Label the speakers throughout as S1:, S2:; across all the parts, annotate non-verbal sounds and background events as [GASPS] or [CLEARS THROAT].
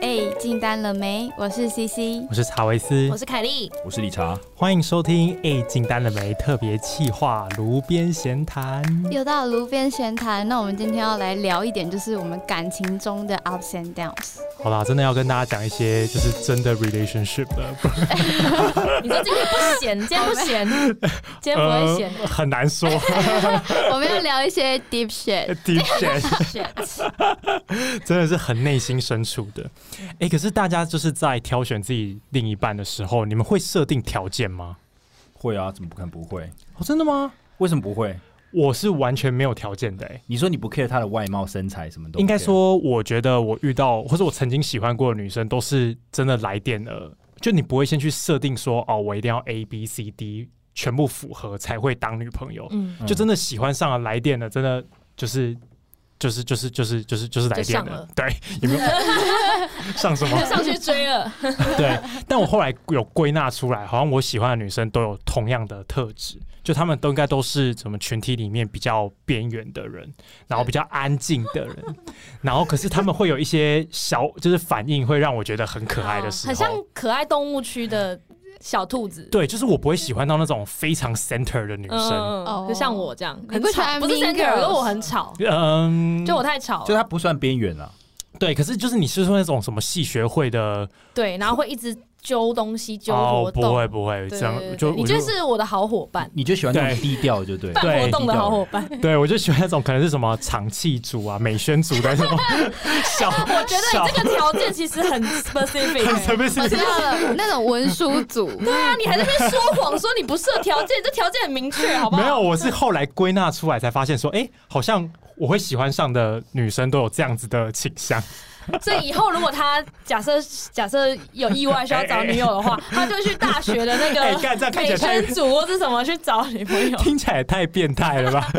S1: 哎，进单了没？我是 CC，
S2: 我是查维斯
S3: 我，是凯莉，
S4: 我是理查，
S2: 欢迎收听《哎进单了没》特别企划《炉边闲谈》。
S1: 又到炉边闲谈。那我们今天要来聊一点，就是我们感情中的 ups and downs。
S2: 好啦，真的要跟大家讲一些就是真的 relationship 的，
S3: [LAUGHS]
S2: 不
S3: 你说今天不闲，今天不闲，今天不会闲。
S2: 呃、很难
S3: [LAUGHS]
S2: 说 [LAUGHS]
S3: 呃
S1: 我们要聊一些 deep shit。
S2: ，deep shit
S1: shit
S2: 真的是很内心深处的。哎、可是大家就是在挑选自己另一半的时候，你们会设定条件吗？
S4: 会啊，怎么可能不会？
S2: 哦，真的吗？
S4: 为什么不会？
S2: 我是完全没有条件的、欸，
S4: 你说你不 care 他的外貌、身材什么都不 care？
S2: 应该说，我觉得我遇到或者我曾经喜欢过的女生，都是真的来电了。就你不会先去设定说，哦，我一定要 A B C D 全部符合才会当女朋友。
S3: 嗯，
S2: 就真的喜欢上了来电了，真的就是就是就是就是就是就是来电
S3: 就上了
S2: 对，有没有 [LAUGHS] 上什么？
S3: [LAUGHS] 上去追了，
S2: [LAUGHS] 对，但我后来有归纳出来，好像我喜欢的女生都有同样的特质，就她们都应该都是什么群体里面比较边缘的人，然后比较安静的人，然后可是她们会有一些小就是反应，会让我觉得很可爱的时
S3: [LAUGHS] 很啊像
S2: 候。
S3: 可爱动物区的小兔子。嗯
S2: 对，就是我不会喜欢到那种非常 center 的女生，
S1: 哦
S3: 就像我这样，
S1: 你
S3: 很
S1: 不喜
S3: 吵，
S1: 欢
S3: 不是
S1: Mean
S3: center，因为
S1: Girls
S3: 我很吵，
S2: 嗯，
S3: 就我太吵
S4: 就
S3: 了。
S4: 他不算边缘啊了，
S2: 对，可是就是你是说那种什么戏学会的
S3: 对，然后会一直揪东西、揪活
S2: 哦，不
S3: 动。
S2: 会不会
S3: 对
S2: 这样
S3: 对，对
S2: 就
S3: 你
S2: 我
S3: 就是我的好伙伴，
S4: 你就喜欢那种
S2: 对
S4: 低调，就对。
S3: 办
S2: 对
S3: 活动的好伙伴。
S2: [LAUGHS] 对我就喜欢那种可能是什么场气组啊、美宣组的那 [LAUGHS] 种小，我
S3: 觉得你这个条件其实
S2: [LAUGHS]
S3: 很 specific，
S2: 很
S3: 欸
S2: specific
S1: 我知道了，那种文书组，
S3: 对啊，你还在那边说谎，说你不设条件，这条件很明确，好不好？
S2: 没有，我是后来归纳出来才发现说，哎、好像我会喜欢上的女生都有这样子的倾 [LAUGHS] 向。
S3: 所以以后如果他假设假设有意外需要找女友的 [LAUGHS] 话，他就去大学的那
S2: 哎、
S3: 个
S2: 干这样看起
S3: 美
S2: 来太。
S3: 圈组或是什么去找女朋友
S2: 听起来也太变态了 [LAUGHS] 吧？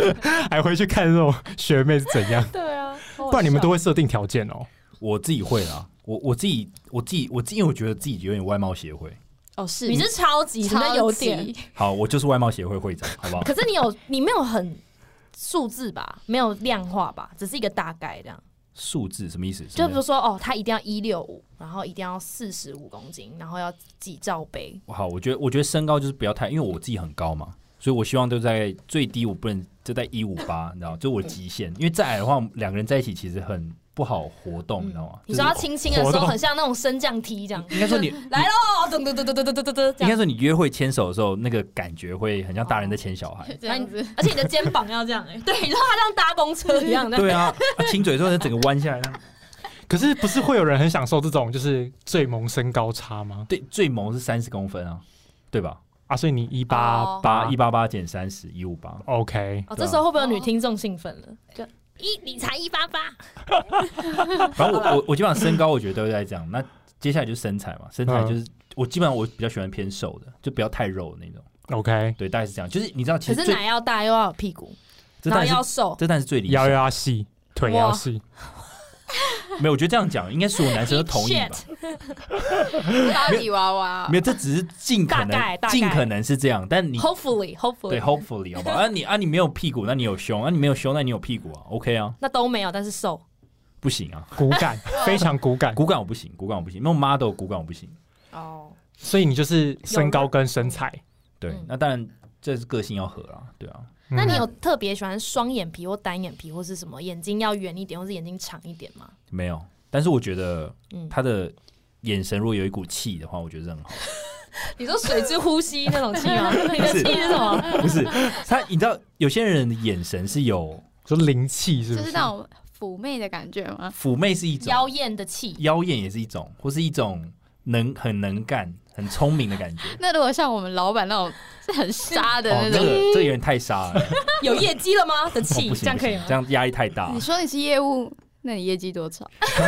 S2: 还回去看这种学妹是怎样？
S3: [LAUGHS] 对啊，
S2: 不然你们都会设定条件哦。
S4: 我自己会啦，我我自己我自己我自己，因为我觉得自己有点外貌协会。
S1: 哦是
S3: 你是超级，你真的有点，
S4: 好，我就是外貌协会会长，好不好？
S3: 可是你有你没有很数字吧，没有量化吧，只是一个大概这样。
S4: 数字什么意思？
S3: 就比如
S4: 是
S3: 说哦，他一定要一六五，然后一定要四十五公斤，然后要几罩杯。
S4: 好，我觉得我觉得身高就是不要太，因为我自己很高嘛，所以我希望都在最低，我不能就在一五八，你知道，就我极限。因为再矮的话，两个人在一起其实很不好活动，你知道吗？
S3: 你说他轻轻的
S2: 活
S3: 时候，
S2: 动
S3: 很像那种升降梯这样。
S4: 应该说你
S3: 来喽，哦噔噔噔噔噔噔噔噔噔，这
S4: 应该
S3: 样。
S4: 说你约会牵手的时候，那个感觉会很像大人在牵小
S3: [LAUGHS]
S4: 孩。
S1: 这样子，
S3: 而且你的肩膀要这样哎、欸， [LAUGHS] 对，你知道他像搭公车 [LAUGHS] 一样的，
S4: 对啊，啊亲嘴之后，整个弯下来 [LAUGHS] 这样。
S2: 可是不是会有人很享受这种就是最萌身高差吗？
S4: 对，最萌是三十公分啊，对吧？
S2: 啊，所以你一八
S3: 哦
S4: 八
S2: 八
S4: 一
S2: 一
S4: 八八减三十，一五八。
S2: ，OK，
S3: 哦，这时候会不会有女听众兴奋了？就一，你才一八八，
S4: 然后我我我基本上身高我觉得都在这样。那接下来就是身材嘛，身材
S2: 嗯
S4: 就是、我基本上我比较喜欢偏瘦的，就不要太肉的那种。
S2: OK，
S4: 对，大概是这样。就是你知道，其
S3: 可
S4: 实
S3: 是
S4: 最
S3: 奶要大又要有屁股，
S4: 这
S3: 然后
S4: 当
S3: 要
S4: 然是
S3: 瘦，
S4: 这当然是最理
S2: 腰
S4: 想。
S2: 要细，腿要 [LAUGHS]
S3: 哇
S2: 细，
S4: 没有，我觉得这样讲应该所有男生都同意吧？
S3: Shit， [LAUGHS]
S1: 芭比娃娃
S4: 没，有，这只是尽可
S3: 大概
S4: 能
S3: 大概
S4: 尽可能是这样，但你对
S3: ？Hopefully Hopefully，
S4: ，hopefully 好不好？啊你啊你没有屁股，那你有胸；啊你没有胸，那你有屁股啊？OK 啊，
S3: 那都没有，但是瘦。
S4: 不行啊，
S2: 骨
S3: [LAUGHS]
S2: 感非常骨感。
S4: 骨感我不行，骨感我不行，那种 model 骨感我不行。
S3: 哦，
S2: 所以你就是身高跟身材。
S4: 对，
S3: 嗯
S4: 那当然这是个性要合啦，对啊。
S3: 那你
S2: 嗯
S3: 有特别喜欢双眼皮或单眼皮，或是什么眼睛要圆一点，或是眼睛长一点吗？
S4: 没有，但是我觉得
S3: 嗯
S4: 他的眼神如果有一股气的话，我觉得是很
S3: [LAUGHS]
S4: 好。
S3: [LAUGHS] 你说水之呼吸 [LAUGHS] 那种气吗？你的气是
S4: [LAUGHS]
S3: 什么？
S4: 不是他，你知道有些人的眼神是有
S2: 就灵气是
S1: 就
S2: 不
S1: 是
S2: 是？
S1: 那种妩媚的感觉吗？
S4: 妩媚是一种，
S3: 妖艳的气，
S4: 妖艳也是一种，或是一种能很能干、很聪明的感
S3: [LAUGHS]
S4: 觉。
S1: 那如果像我们老板那种是很沙的
S4: 哦，
S1: 那
S4: 这
S1: 种，嗯
S4: 个这个有点太傻了，哦
S3: 有业绩了吗？
S4: 不
S3: 的 [LAUGHS] 气，
S4: 行，
S3: 这样可以
S4: 不
S3: 吗
S4: 行？这样压力太大
S1: 你。说你是业务，那你业绩多少？
S3: 对，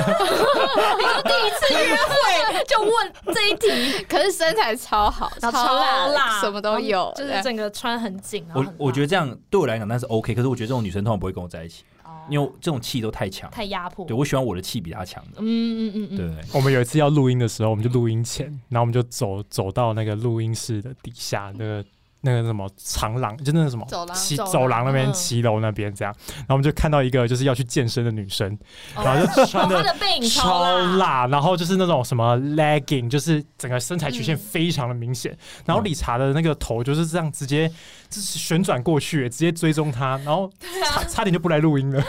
S3: 就问这一题，
S1: 可是身材超好，
S3: 然后
S1: 辣，
S3: 辣，
S1: 什么都有，
S3: 就是整个穿很紧。然后
S4: 我
S3: 很
S4: 我觉
S3: 辣
S4: 得这样对我来讲那是 OK，可是我觉得这种女生通常不会跟我在一起，
S3: 哦
S4: 因为这种气都太强。
S3: 太压迫。
S4: 对我喜欢我的气比她强的，
S3: 嗯嗯嗯嗯，
S4: 对不对？
S2: 我们有一次要录音的时候，我们就录音前，然后我们就走走到那个录音室的底下那个那个什么长廊，就那个什么
S1: 走廊
S2: 骑
S3: 走廊
S2: 走廊那边、
S3: 嗯
S2: 骑楼那边这样，然后我们就看到一个就是要去健身的女生，
S3: 哦
S2: 然后就
S3: 哦
S2: 穿
S3: 他
S2: 的
S3: 的背影
S2: 超
S3: 辣，
S2: 辣，然后就是那种什么 legging，就是整个身材曲线非常的明显。然后理查的那个头就是这样直接就是旋转过去，直接追踪他，然后
S3: 对啊
S2: 差差点就不来录音了。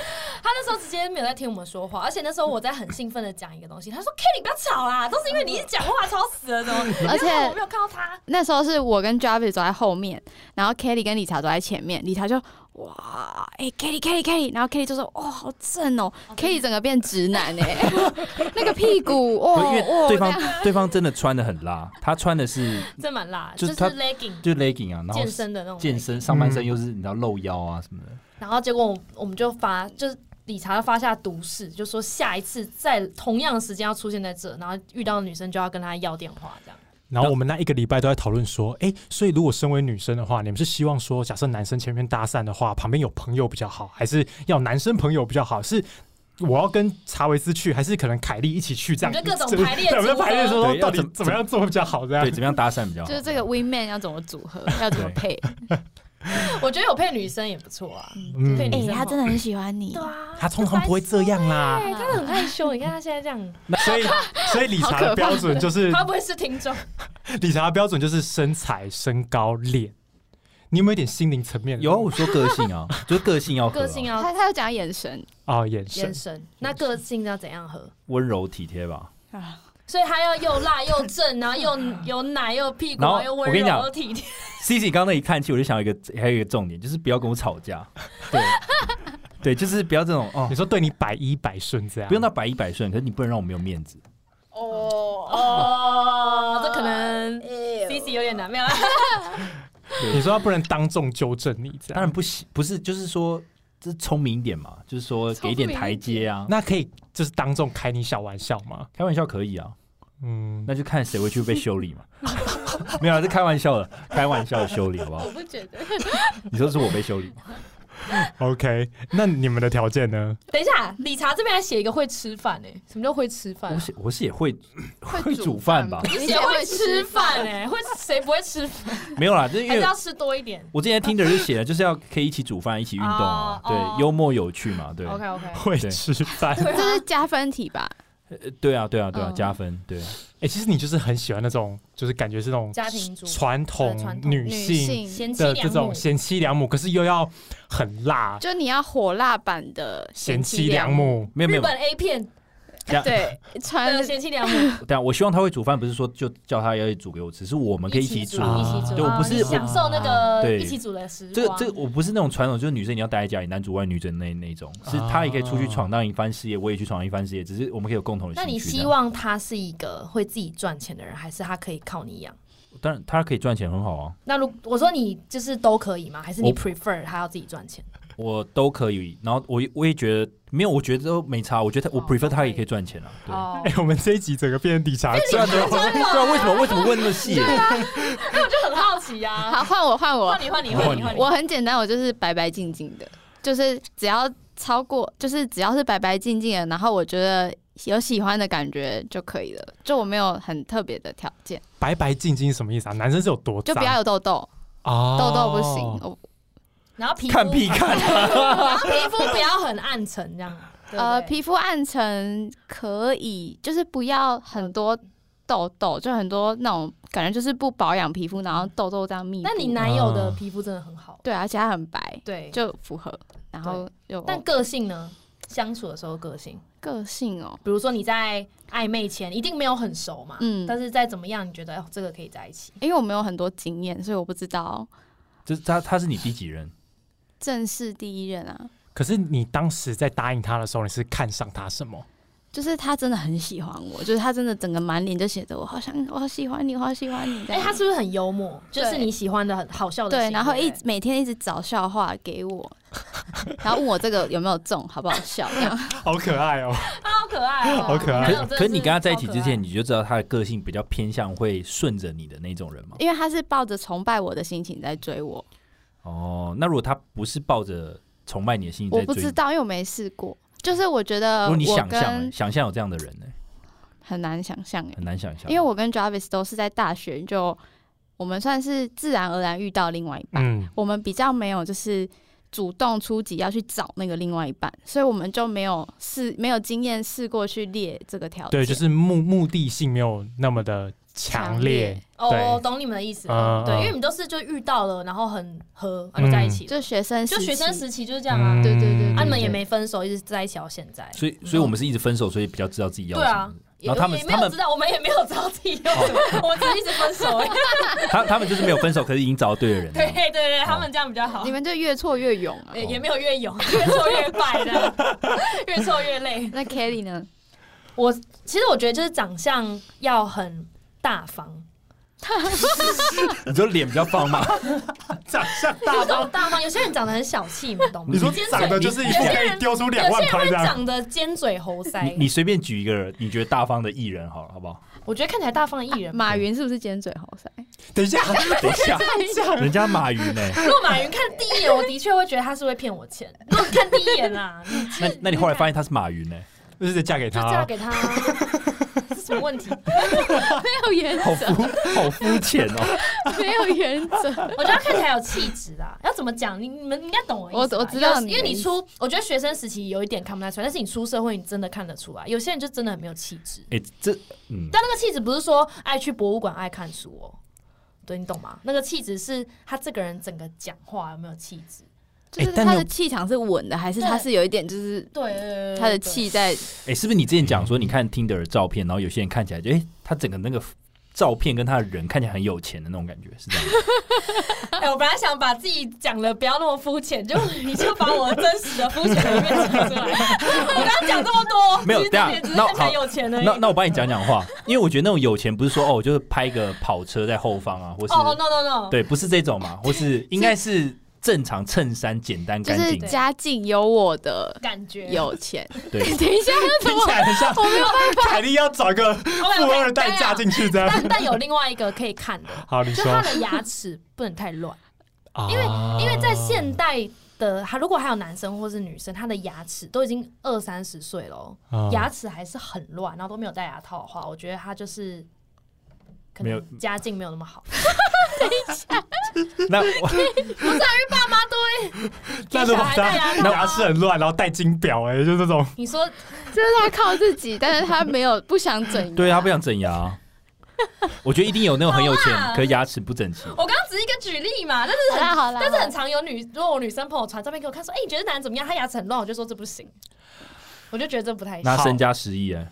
S3: 他那时候直接没有在听我们说话，而且那时候我在很兴奋的讲一个东西，他说 Kitty 不要吵啦，都是因为你一直讲话吵死了，
S4: [LAUGHS]
S3: 怎么？
S1: 而
S3: 你看我
S1: 且
S3: 没有看到他，
S1: 那时候是我跟 Javi 走在后面，然后 Kelly 跟理查走在前面，理查就哇，哎、k e l l y Kelly Kelly，然后 Kelly 就说哇、好正哦、k e l l y 整个变直男哎、 [LAUGHS] 那个屁股
S4: 不
S1: 哦
S4: 是因
S1: 哦
S4: 为对方
S1: 这样
S4: 对方真的穿的很辣，他穿的
S3: [LAUGHS]
S4: 是
S3: 真蛮辣，
S4: 就
S3: 就
S4: 是
S3: 是
S4: 他
S3: legging
S4: 就 legging 啊，然后
S3: 健身的那种
S4: 健
S3: legging
S4: 身上半身又是你知道露腰啊什么 [LAUGHS] 的，
S3: 然后结果我我们就发，就是理查发下毒誓，就说下一次在同样的时间要出现在这，然后遇到的女生就要跟他要电话，这样。 [LAUGHS]
S2: 然后我们那一个礼拜都在讨论说，哎、所以如果身为女生的话，你们是希望说，假设男生前面搭讪的话，旁边有朋友比较好，还是要男生朋友比较好？是我要跟查维斯去，还是可能凯莉一起 [LAUGHS] 去？这样
S3: 你们就各种
S2: 就是
S3: 排列
S2: 对我们就
S3: 组合啊
S2: 排列说
S4: 对要
S2: 到底
S4: 怎
S2: 怎么样做会比较好？这样
S4: 对，怎么样搭讪比较好？
S1: 就是这个 Win Man 要怎么组
S4: [LAUGHS]
S1: 合，要怎么配？
S3: 我觉得有配女生也不错啊，
S2: 嗯
S3: 配
S1: 哎、 [LAUGHS]
S3: 女生
S1: 他真
S3: 的
S1: 的很喜欢你
S3: 对，啊，
S2: 他通常不会这样啦。
S3: 对，他很害羞，你看他现在这样，
S2: 所以，所以理查的标准就是
S3: [LAUGHS] 他不会是听众，
S2: 理查的标准就是身材、身高、脸。你有没有一点心灵层面的？
S4: 有啊我说个性啊，就是个性要合啊
S3: [LAUGHS] 个性要
S1: 他他有讲眼神
S2: 哦，眼神
S3: 眼神，那个性要怎样合？
S4: 温柔体贴吧。
S1: 啊，
S3: 所以他要又辣又正，然后 [LAUGHS] 又有奶又屁股，
S4: 然后
S3: 又温
S4: 我跟你
S3: 柔
S4: 讲
S3: 又体贴。
S4: C C 刚刚那一叹气，我就想到一个，还有一个重点就是不要跟我吵架，
S3: [LAUGHS]
S4: 对对，就是不要这种哦
S2: 你，说对你百依百顺这样，
S4: 不用到百依百顺，可是你不能让我没有面子。
S1: [LAUGHS]
S3: 哦，这可能 C C 有点难，没有啦。
S2: 你说他不能当众纠正你这
S4: 当
S2: 样
S4: 然。不行，不是，就是说，这聪明一点嘛，就是说给一点台阶啊。
S2: 那可以就是当众开你小玩笑吗？
S4: 开玩笑可以啊，
S2: 嗯，
S4: 那就看谁会去被修理嘛。没有啊，是开玩笑的，开玩笑的修理好不好？
S3: 不觉得。
S4: 你说是我被修理，
S2: OK，那你们的条件
S3: [LAUGHS]
S2: 呢？
S3: 等一下，理查这边还写一个会吃饭呢、欸什么叫会吃饭、
S4: 我
S3: 啊？
S4: 是我是也会
S1: 会
S4: 会
S1: 煮
S4: 煮饭吧？
S1: 饭
S3: 你写会吃饭哎、会谁不会吃饭？
S4: 没有啦，就是因
S3: 还是
S4: 为
S3: 要吃多一点
S4: 我之前听的就写了，就是要可以一起煮饭，一起运动啊
S3: 哦，
S4: 对，幽默有趣嘛，对，
S3: ？OK OK，
S2: 会吃饭？哎、
S1: 这是加分题吧？
S4: 呃对啊，对啊，对啊，
S1: 嗯
S4: 加分，对，
S2: 哎其实你就是很喜欢那种，就是感觉是那种
S3: 家庭主妇
S2: 传统
S3: 呃传统
S2: 女性
S1: 性
S3: 贤妻
S2: 的
S3: 良
S2: 这
S3: 母
S2: 种贤妻良母，可是又要很辣，
S1: 就你要火辣版的
S2: 贤妻良，母。
S4: 没有没
S3: 日
S4: 有，
S3: 本 A 片
S1: 对，穿
S3: 的贤妻良母，
S4: 但我希望他会煮饭，不是说就叫他要去煮给我吃，是我们可以一起煮。
S2: 啊
S3: 一起煮，
S4: 对我不是
S3: 你享受那个
S4: 对
S3: 一起煮的啊时光。
S4: 这个这个我不是那种传统，就是女生你要待在家里，男主外女主内那种，是他也可以出去闯荡一番事业，我也去闯荡一番事业，只是我们可以有共同的兴
S3: 那
S4: 趣。
S3: 你希？望他是一个会自己赚钱的人，还是他可以靠你养？
S4: 当然，他可以赚钱，很好啊，
S3: 那如我说你就是都可以吗？还是你
S4: 我
S3: prefer 他要自己赚钱？
S4: 我都可以。然后我我也觉得没有，我觉得都没差。我觉得他我
S3: 哦
S4: prefer
S3: 都
S4: 他
S3: 可以
S4: 也可以赚钱啊。对，
S3: 哦 [LAUGHS]
S2: 哎、，我们这一集整个变成理查
S4: 对啊，对啊， [LAUGHS] 对啊，为什么为什么问那么细？
S3: 啊我就很好奇
S4: [LAUGHS]
S3: 啊。
S1: 好，换我，换我
S3: 换，你，换你，换你，换你。
S1: 我很简单，我就是白白净净的，就是只要超过，就是只要是白白净净的，然后我觉得有喜欢的感觉就可以了，就我没有很特别的条件，
S2: 白白净净是什么意思啊？男生是有多
S1: 就
S2: 脏
S1: 不要有痘痘，
S2: 哦
S1: 痘痘不行，我
S3: 然后皮肤
S4: 看屁看啊！
S3: 然后皮肤不要很暗沉，这样。啊对不对
S1: 呃，皮肤暗沉可以，就是不要很多痘痘，就很多那种感觉就是不保养皮肤，然后痘痘这样密布。
S3: 那你男友
S4: 嗯
S3: 的皮肤真的很好，
S1: 对，而且它很白，
S3: 对，
S1: 就符合。然后又
S3: 但个性呢？相处的时候个性，
S1: 个性哦，
S3: 比如说你在暧昧前一定没有很熟嘛，
S1: 嗯
S3: 但是再怎么样，你觉得、哦、这个可以在一起？
S1: 因为我没有很多经验，所以我不知道
S4: 就是他他是你第几人？
S3: [LAUGHS]
S1: 正式第一任啊，
S2: 可是你当时在答应他的时候，你是看上他什么？
S1: 就是他真的很喜欢我，就是他真的整个满脸就写着我好想我好喜欢你，我好喜欢你这
S3: 哎、
S1: 样。
S3: 他是不是很幽默？
S1: 对
S3: 就是你喜欢的很好笑的行
S1: 对，
S3: 为，
S1: 然后一直每天一直找笑话给我，然后问我这个有没有中，好不好笑这
S3: [LAUGHS]
S1: 样。
S2: 好可爱哦！
S3: 好可爱、哦，
S2: 好可爱
S3: 你男友
S4: 可
S3: 真的
S4: 可是你跟他在一起之
S3: 超可爱
S4: 前，，你就知道他的个性比较偏向会顺着你的那种人嘛？
S1: 因为他是抱着崇拜我的心情在追我，
S4: 哦，那如果他不是抱着崇拜你的心情
S1: 我
S4: 在
S1: 不
S4: 追
S1: 知
S4: 你，
S1: 道，因为我没试过。就是我觉得
S4: 如果你
S1: 呃我
S4: 想象欸
S1: 跟
S4: 想象有这样的人呢，
S1: 很难想象哎，
S4: 很难想象。
S1: 因为我跟 Jarvis 都是在大学就我们算是自然而然遇到另外一半，
S2: 嗯，
S1: 我们比较没有就是主动出击要去找那个另外一半，所以我们就没有试没有经验试过去列这个条件。
S2: 对，就是目目的性没有那么的强
S1: 强
S2: 烈
S1: 烈，
S3: 哦，
S2: 对
S3: 懂你们的意思
S2: 嗯嗯
S3: 了。对，
S2: 嗯
S3: 因为你们都是就遇到了，然后很合，然后就在一起了。
S1: 就学生
S3: 就
S1: 时
S3: 学生
S1: 期
S3: 时期就是这样
S2: 嗯
S3: 啊，
S1: 对对对对
S3: 啊，你们也没分手，一直在一起到现在。
S4: 所以所以我们是一直分手，所以比较知道自己要
S3: 对
S4: 什
S3: 啊
S4: 么。，
S3: 也
S4: 然后他们哦
S3: 也没有知道，我们也没有知道自己要什么， [LAUGHS] 我们只是一直分
S4: [LAUGHS]
S3: 手而已。
S4: 他他们就是没有分手，可是已经找到对的人了。
S3: 对对
S4: 哦
S3: 对，他们这样比较好
S1: 你。们就越挫越勇啊。
S3: 也也没有越勇， [LAUGHS] 越挫越败的， [LAUGHS] 越挫越累。
S1: [LAUGHS] 那 Kelly 呢？
S3: 我其实我觉得就是长相要很大方，
S4: 你说脸比较方嘛？
S2: 长相
S3: 有
S2: 大
S3: 种大方。有些人长得很小气，你们懂吗？
S2: 你说
S3: 尖嘴
S2: 长得就是一副
S3: 有些
S2: 可
S3: 人
S2: 以丢出
S3: 有
S2: 两万
S3: 些人
S2: 块
S3: 会
S2: 这样，
S3: 长得尖嘴猴
S4: 你
S3: 腮，
S4: 你随便举一个你觉得大方的艺人好了，好不好？
S3: 我觉得看起来大方的艺人
S1: [LAUGHS]
S3: 吧。
S1: 马云是不是尖嘴猴腮？
S2: 等一下，
S4: [LAUGHS] 等一下，人家马云呢、
S3: 如果马云看第一眼，我的确会觉得他是会骗我钱。如果看第一眼啦， [LAUGHS] 你
S4: 那那你后来发现他是马云呢、
S2: 就是得嫁给
S3: 就
S2: 他
S3: 嫁
S2: 啊，
S3: 给他、这是什么问题？
S1: 没有原
S4: 好
S1: 则，
S4: 肤好肤浅哦。
S1: 没有原则。
S3: 我觉得他看起来有气质啦。要怎么讲？你你们应该懂我意思吧。
S1: 我我知道
S3: 有
S1: 你的
S3: 因为你
S1: 意思
S3: 出，我觉得学生时期有一点看不太出来，但是你出社会，你真的看得出来。有些人就真的很没有气质，
S4: 哎、这嗯，
S3: 但那个气质不是说爱去博物馆、爱看书哦。对你懂吗？那个气质是他这个人整个讲话有没有气质？
S1: [LAUGHS] 就是
S2: 但
S1: 他的
S2: 有
S1: 气场是稳的，还是他是有一点就是
S3: 对对，对对
S1: 他的
S3: 对
S1: 气在？
S4: 哎、是不是你之前讲说，你看 Tinder 的照片，然后有些人看起来就哎、他整个那个照片跟他的人看起来很有钱的那种感觉，是这样吗？
S3: 哎、我本来想把自己讲的不要那么肤浅，就你就把我真实的肤浅的一面讲出来。我刚刚讲这么多，
S4: 没有
S3: 其实
S4: 等下
S3: 重点只是
S4: 那
S3: 看起来
S4: 好
S3: 有钱而已。
S4: 那那我帮你讲讲话，因为我觉得那种有钱不是说哦，我就是拍一个跑车在后方啊，或是、
S3: 哦哦，no no no，
S4: 对，不是这种嘛，或是应该是正常衬衫简单
S1: 就
S4: 干
S1: 是
S4: 净，
S1: 家境有我的
S3: 感觉
S1: 有钱。
S4: 对，
S1: [LAUGHS] 等一下，怎
S2: [LAUGHS] 听
S1: 么
S2: 起来很像
S1: 我没有办法？
S2: 凯莉要找个
S3: OK，OK，
S2: 富二代嫁进去这样。
S3: 但但有另外一个可以看的，
S2: 好，你
S3: 就
S2: 说
S3: 他，的牙齿不能太乱，因为、
S2: 啊
S3: 因为在现代的他，如果还有男生或是女生，他的牙齿都已经二三十岁了哦，
S2: 啊
S3: 牙齿还是很乱，然后都没有戴牙套的话，我觉得他就是可
S4: 没有
S3: 能家境没有那么好。
S4: 那 [LAUGHS] 我
S3: 爸妈都会
S2: 那如果
S3: 给小
S2: 他
S3: 孩戴牙套啊
S2: 牙齿很乱，然后戴金表，哎，就这种，
S3: 你说
S1: 就是他靠自己，但是他没有不想整容。
S4: 对他不想整牙啊，我觉得一定有那种很有
S3: 好啦
S4: 钱，可牙齿不整齐。
S3: 我刚刚只是一个举例嘛，但是
S1: 好啦
S3: 很，
S1: 好啦，
S3: 但是很常有女，如果我女生朋友传照片给我看，说，哎、你觉得男人怎么样？他牙齿很乱，我就说这不行，
S1: [LAUGHS]
S3: 我就觉得这不太行
S4: 那。身家十亿哎，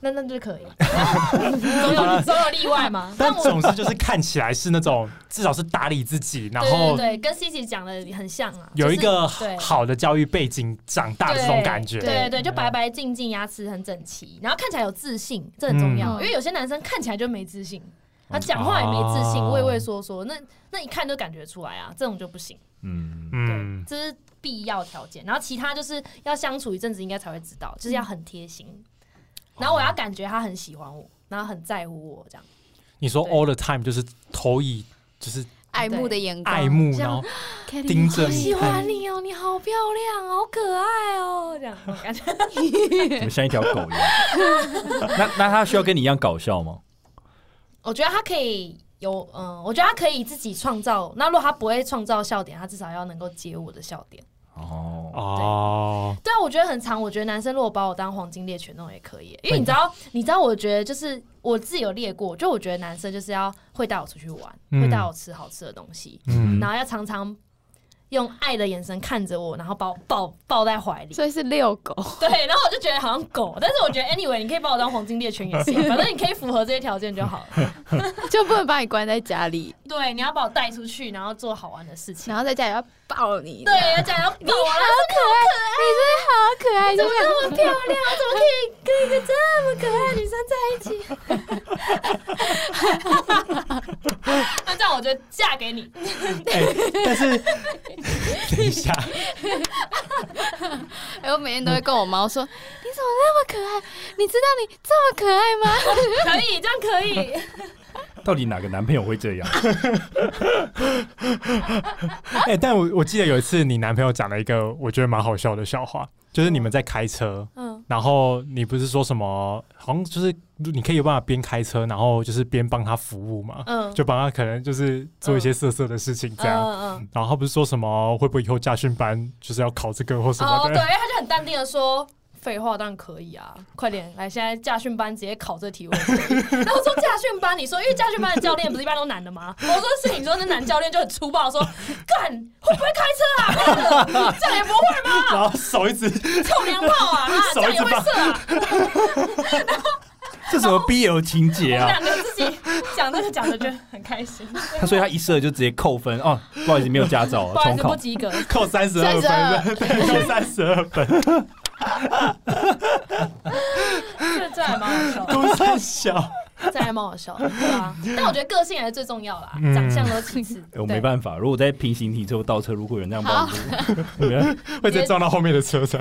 S3: 那那就
S2: [LAUGHS]
S3: 可以，总有总有例外嘛。
S2: 但
S3: 但我
S2: 总之就是看起来是那种至少是打理自己，然
S3: 对对
S2: 后
S3: 对，跟 C 姐讲的很像啊，
S2: 有一个
S3: 就是对
S2: 好的教育背景长大的这种感觉。
S3: 对对对，就白白净净，牙齿很整齐，然后看起来有自信，这很重要。
S1: 嗯
S3: 因为有些男生看起来就没自信，他讲话也没自信，
S2: 嗯哦
S3: 畏畏缩缩，那那一看就感觉出来啊，这种就不行。
S2: [LAUGHS]
S4: 嗯，
S2: 嗯，
S3: 这是必要条件。然后其他就是要相处一阵子，应该才会知道，就是要很贴心。然后我要感觉他很喜欢我，然后很在乎我这样。
S2: 你说
S3: 对
S2: all the time 就是投以就是
S1: 爱慕的眼光，
S2: 爱慕，
S3: 嗯这样
S2: 然后
S1: Kelly，
S2: 盯着
S1: 好
S2: 你
S1: 喜
S3: 喜
S1: 欢
S3: 欢你哦，你好漂亮，好可爱哦，这样我感觉。
S4: 怎么像一条狗一样？ [LAUGHS] 那那他需要跟你一样搞笑吗？
S3: 我觉得他可以有，嗯，我觉得他可以自己创造。那如果他不会创造笑点，他至少要能够接我的笑点。
S4: 哦，
S2: 哦，
S3: 对啊，我觉得很长。我觉得男生如果把我当黄金猎犬那种也可以，因为你知道，你知道，我觉得就是我自己有猎过，就我觉得男生就是要会带我出去玩，
S2: 嗯
S3: 会带我吃好吃的东西，
S2: 嗯
S3: 然后要常常用爱的眼神看着我，然后把我抱抱在怀里。 [LAUGHS]
S1: 所以是遛狗。
S3: 对，然后我就觉得好像狗，但是我觉得 anyway，你可以把我当黄金猎犬也行，反正你可以符合这些条件就好 [LAUGHS] 了。
S1: 就不能把你关在家里，
S3: 对，你要把我带出去，然后做好玩的事情。
S1: 然后在家里要抱你。
S3: 对，要讲要你好
S1: 可爱，你真的好可爱，怎么那么漂亮？ [LAUGHS]
S3: 怎么可以跟一个这么可爱的女生在一起？那这样我就嫁给你。
S2: 哎，但是等一下，
S1: 哎、我每天都会跟我猫说：“你怎么那么可爱？你知道你这么可爱吗
S3: 可以，这样可以。
S4: 到底哪个男朋友会这样？
S2: 哎，但我我记得有一次你男朋友讲了一个我觉得蛮好笑的笑话，就是你们在开车，
S3: 嗯，
S2: 然后你不是说什么，好像就是你可以有办法边开车，然后就是边帮他服务嘛，
S3: 嗯，
S2: 就帮他可能就是做一些色色的事情这样。
S3: 嗯嗯
S2: 然后他不是说什么会不会以后驾训班就是要考这个或什
S3: 嗯，
S2: 么
S3: 哦，
S2: 的？
S3: 对，因为他就很淡定的说。废话当然可以啊！快点来，现在驾训班直接考这题我也可以。 [LAUGHS] 然后我说驾训班，你说因为驾训班的教练不是一般都男的吗？我说是，你说那男教练就很粗暴说，干会不会开车啊？ [LAUGHS] 这样也不会吗？
S2: [LAUGHS] 然后手一直
S3: 臭娘炮啊！啊，这样也会射啊！
S4: 这什么 BL 情节
S3: 我们
S4: 啊？
S3: [LAUGHS] 两个自己讲这个讲的就很开心，
S4: 他所以他一射就直接扣分哦，不好意思，没有驾照
S3: 不
S4: 啊，
S3: 好
S4: 重
S3: 意思
S4: 考
S3: 不。及格。
S2: 扣三十二
S1: 32
S2: 分，对，扣三十二分，
S3: [LAUGHS] 这这还蛮好笑的，
S2: 都在笑。
S3: 这还蛮好笑的，对啊。但我觉得个性还是最重要啦，
S2: 嗯
S3: 长相都其次。
S4: 哎我没办法，如果在平行停车或倒车，如果有人这样帮我， [LAUGHS] 没办法
S2: 会再撞到后面的车上。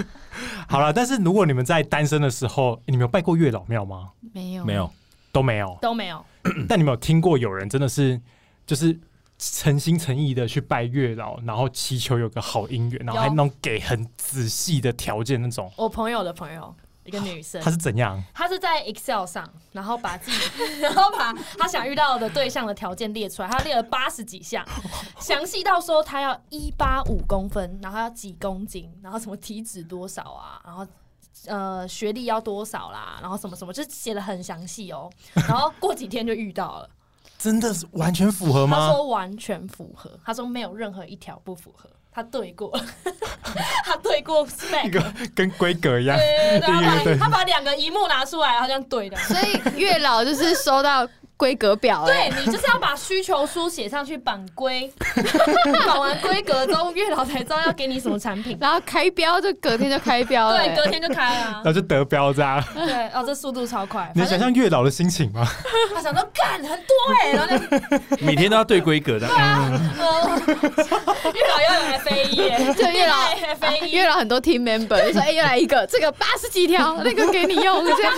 S2: [LAUGHS] 好了，但是如果你们在单身的时候，你们有拜过月老庙吗？
S1: 没有
S4: 没有，
S2: 都没有
S3: 法，。都没有。
S2: 但你们有听过有人真的是就是诚心诚意的去拜月老，然后祈求有个好姻缘，然后还
S3: 有
S2: 那种给很仔细的条件那种，
S3: 我朋友的朋友，一个女生
S2: 他，是怎样？
S3: 她是在 Excel 上，然后把自己， [LAUGHS] 然后把她想遇到的对象的条件列出来，她列了八十几项，详细到说她要一八五公分，然后要几公斤，然后什么体脂多少啊，然后。呃，学历要多少啦？然后什么什么，就是写的很详细哦。然后过几天就遇到了，
S2: 真的是完全符合
S3: 他
S2: 吗？
S3: 说完全符合，他说没有任何一条不符合，他对过， [LAUGHS] 他对
S2: [LAUGHS]
S3: 过 spec，
S2: 一个跟规格一样，
S3: 对对
S2: 一个对
S3: 对，对他把他把两个一幕拿出来，好像
S2: [LAUGHS]
S3: 对的。
S1: 所以月老就是收到规格表、哎
S3: 对你就是要把需求书写上去，绑
S2: [LAUGHS]
S3: 规，绑完规格之后，月老才知道要给你什么产品。
S1: 然后开标就隔天就开标了、
S3: 对，
S1: 哎
S3: 隔天就开了啊
S2: [LAUGHS] 然。后就得标这 [LAUGHS] 样。
S3: 对，哦，这速度超快。
S2: 你能
S3: 反
S2: 想
S3: 正
S2: 象月老的心情 [LAUGHS] 吗？
S3: 他想说，干很多哎，然后
S2: [LAUGHS]
S3: 就
S4: 每天都要对规格的。嗯
S3: 呃，月老要来飞一 E 耶，
S1: 对月老
S3: 来飞一，
S1: 月老很多 team member 就说：“哎、又来一个，这个八十几条，那个给你用。”这样，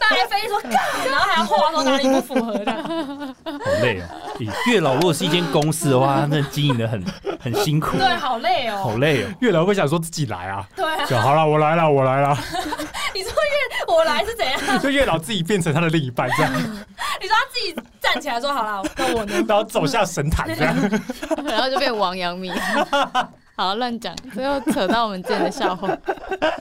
S3: 大来飞 E 说干，然后还要画说哪里不符合的。
S4: 好累哦。咦月老如果是一间公司的话，那经营的很很辛苦，
S3: 对，好累哦。
S4: 好累哦。
S2: 月老会不会想说自己来啊？
S3: 对啊， [LAUGHS]
S2: 就好了，我来了，我来了， [LAUGHS]
S3: 你说月我来是怎样？ [LAUGHS]
S2: 就月老自己变成他的另一半这样，
S3: 你说他自己站起来说好了，那
S4: [LAUGHS]
S3: 我
S2: [LAUGHS]
S3: 呢？
S2: 然后走下神坛这样。
S1: [LAUGHS]
S3: [LAUGHS]
S1: 然后就变王阳明。 [LAUGHS] 好，乱讲，最后扯到我们之前的笑 [LAUGHS] 话。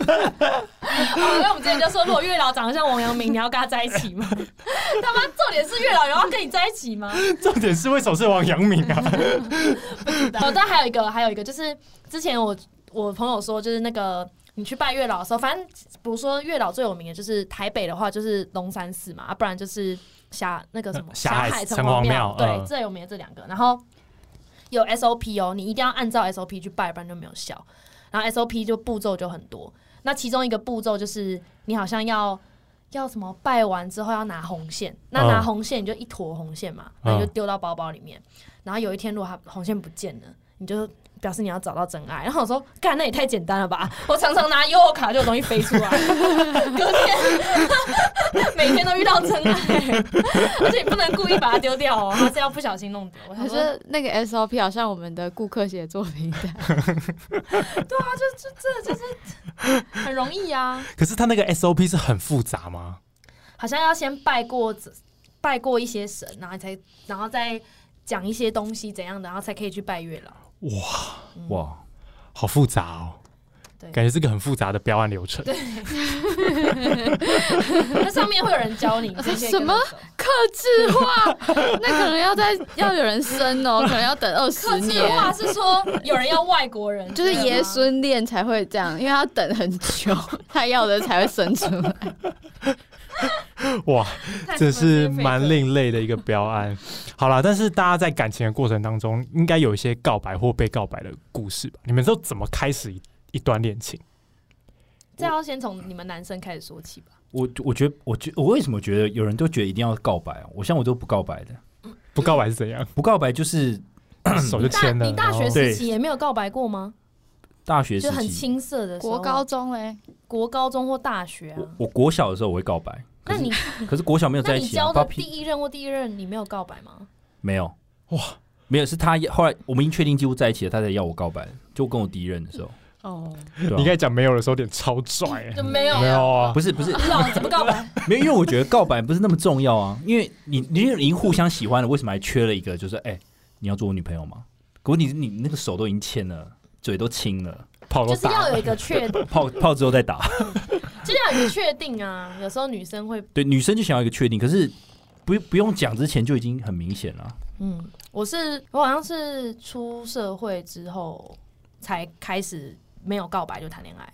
S3: 好，那我们之前就说，如果月老长得像王阳明，你要跟他在一起吗？ [LAUGHS] 他妈，重点是月老有要跟你在一起吗？
S2: 重点是为什么是王阳明啊？
S3: 嗯哦，但还有一个，还有一个就是之前我我朋友说，就是那个你去拜月老的时候，反正比如说月老最有名的就是台北的话，就是龙山寺嘛，啊、不然就是霞那个什么
S2: 呃霞海
S3: 城
S2: 城隍
S3: 隍
S2: 庙
S3: 对，
S2: 嗯
S3: 最有名的这两个，然后有 SOP 哦，你一定要按照 SOP 去拜，不然就没有效。然后 SOP 就步骤就很多，那其中一个步骤就是你好像要。要什么？拜完之后要拿红线，那拿
S2: 嗯
S3: 红线你就一坨红线嘛，然后你就
S2: 嗯
S3: 丢到包包里面。然后有一天如果它红线不见了，你就表示你要找到真爱。然后我说，干，那也太简单了吧！我常常拿优厚卡就有东西飞出来，隔天每天都遇到真爱，而且你不能故意把它丢掉哦，它是要不小心弄丢。我
S1: 可
S3: 想说，
S1: 是那个 SOP 好像我们的顾客写作品这样
S3: 很容易啊，
S2: 可是他那个 SOP 是很复杂吗？
S3: 好像要先拜过拜过一些神，然后你才然后再讲一些东西怎样的，然后才可以去拜月老。
S4: 哇，
S2: 好复杂哦，
S3: 嗯对，
S2: 感觉是个很复杂的标案流程。
S3: [LAUGHS] 那上面会有人教
S1: [LAUGHS]
S3: 你这些
S1: 什么克制化，那可能要在要有人生哦，可能要等二十
S3: 客制
S1: 年，
S3: 化是说有人要外国人，
S1: [LAUGHS] 就是
S3: 对吗啊
S1: 爷孙恋才会这样，因为他等很久，他要的才会生出 [LAUGHS] 来。
S2: 哇，
S3: 太
S2: 这是
S3: specific
S2: 蛮
S3: 了
S2: 另类的一个标案。好啦，但是大家在感情的过程当中，应该有一些告白或被告白的故事吧？你们都怎么开始一一段恋情？
S3: 这要先从你们男生开始说起吧。
S4: 我我觉得，我觉我为什么觉得有人都觉得一定要告白啊？我像我都不告白的，
S2: 不告白是怎样？
S3: [COUGHS]
S4: 不告白就是
S2: 手就
S3: 大
S2: 牵了。
S3: 你大学
S2: 然后
S3: 时期也没有告白过吗？
S4: 大学
S3: 就
S4: 时
S3: 很
S4: 期，
S3: 青涩的时候
S1: 国高、中嘞，
S3: 国高中或大学
S4: 我
S3: 啊。
S4: 我国小的时候我会告白，可
S3: 那
S4: 是
S3: 你
S4: 可是国小没有
S3: 那
S4: 在一
S3: 你
S4: 起啊，
S3: 交
S4: 八
S3: 的第
S4: 屁
S3: 一任或第一任，你没有告白吗？
S4: 没有哇，没有是他后来我们已经确定几乎在一起了，他才要我告白，就跟我第一任的时候，
S3: 哦，
S4: 对啊
S2: 你刚才讲没有的时候，点超拽、
S3: 嗯就没有
S2: 没有啊
S4: 不是不是，
S3: 老子不告
S4: [LAUGHS]
S3: 白，
S4: 没有，因为我觉得告白不是那么重要啊，因为你你已经互相喜欢了，为什么还缺了一个？就是哎、你要做我女朋友吗？可问题是你你那个手都已经牵了，嘴都亲了，
S2: 炮
S3: 就
S2: 都
S3: 是
S2: 打
S3: 要
S2: 了。
S3: 有一个
S4: [LAUGHS]
S3: 确，就
S4: 泡泡之后再打。
S3: 是要有一个确定啊。有时候女生会，
S4: 对，女生就想要一个确定，可是不不用讲之前就已经很明显了。
S3: 嗯，我是我好像是出社会之后才开始没有告白就谈恋爱，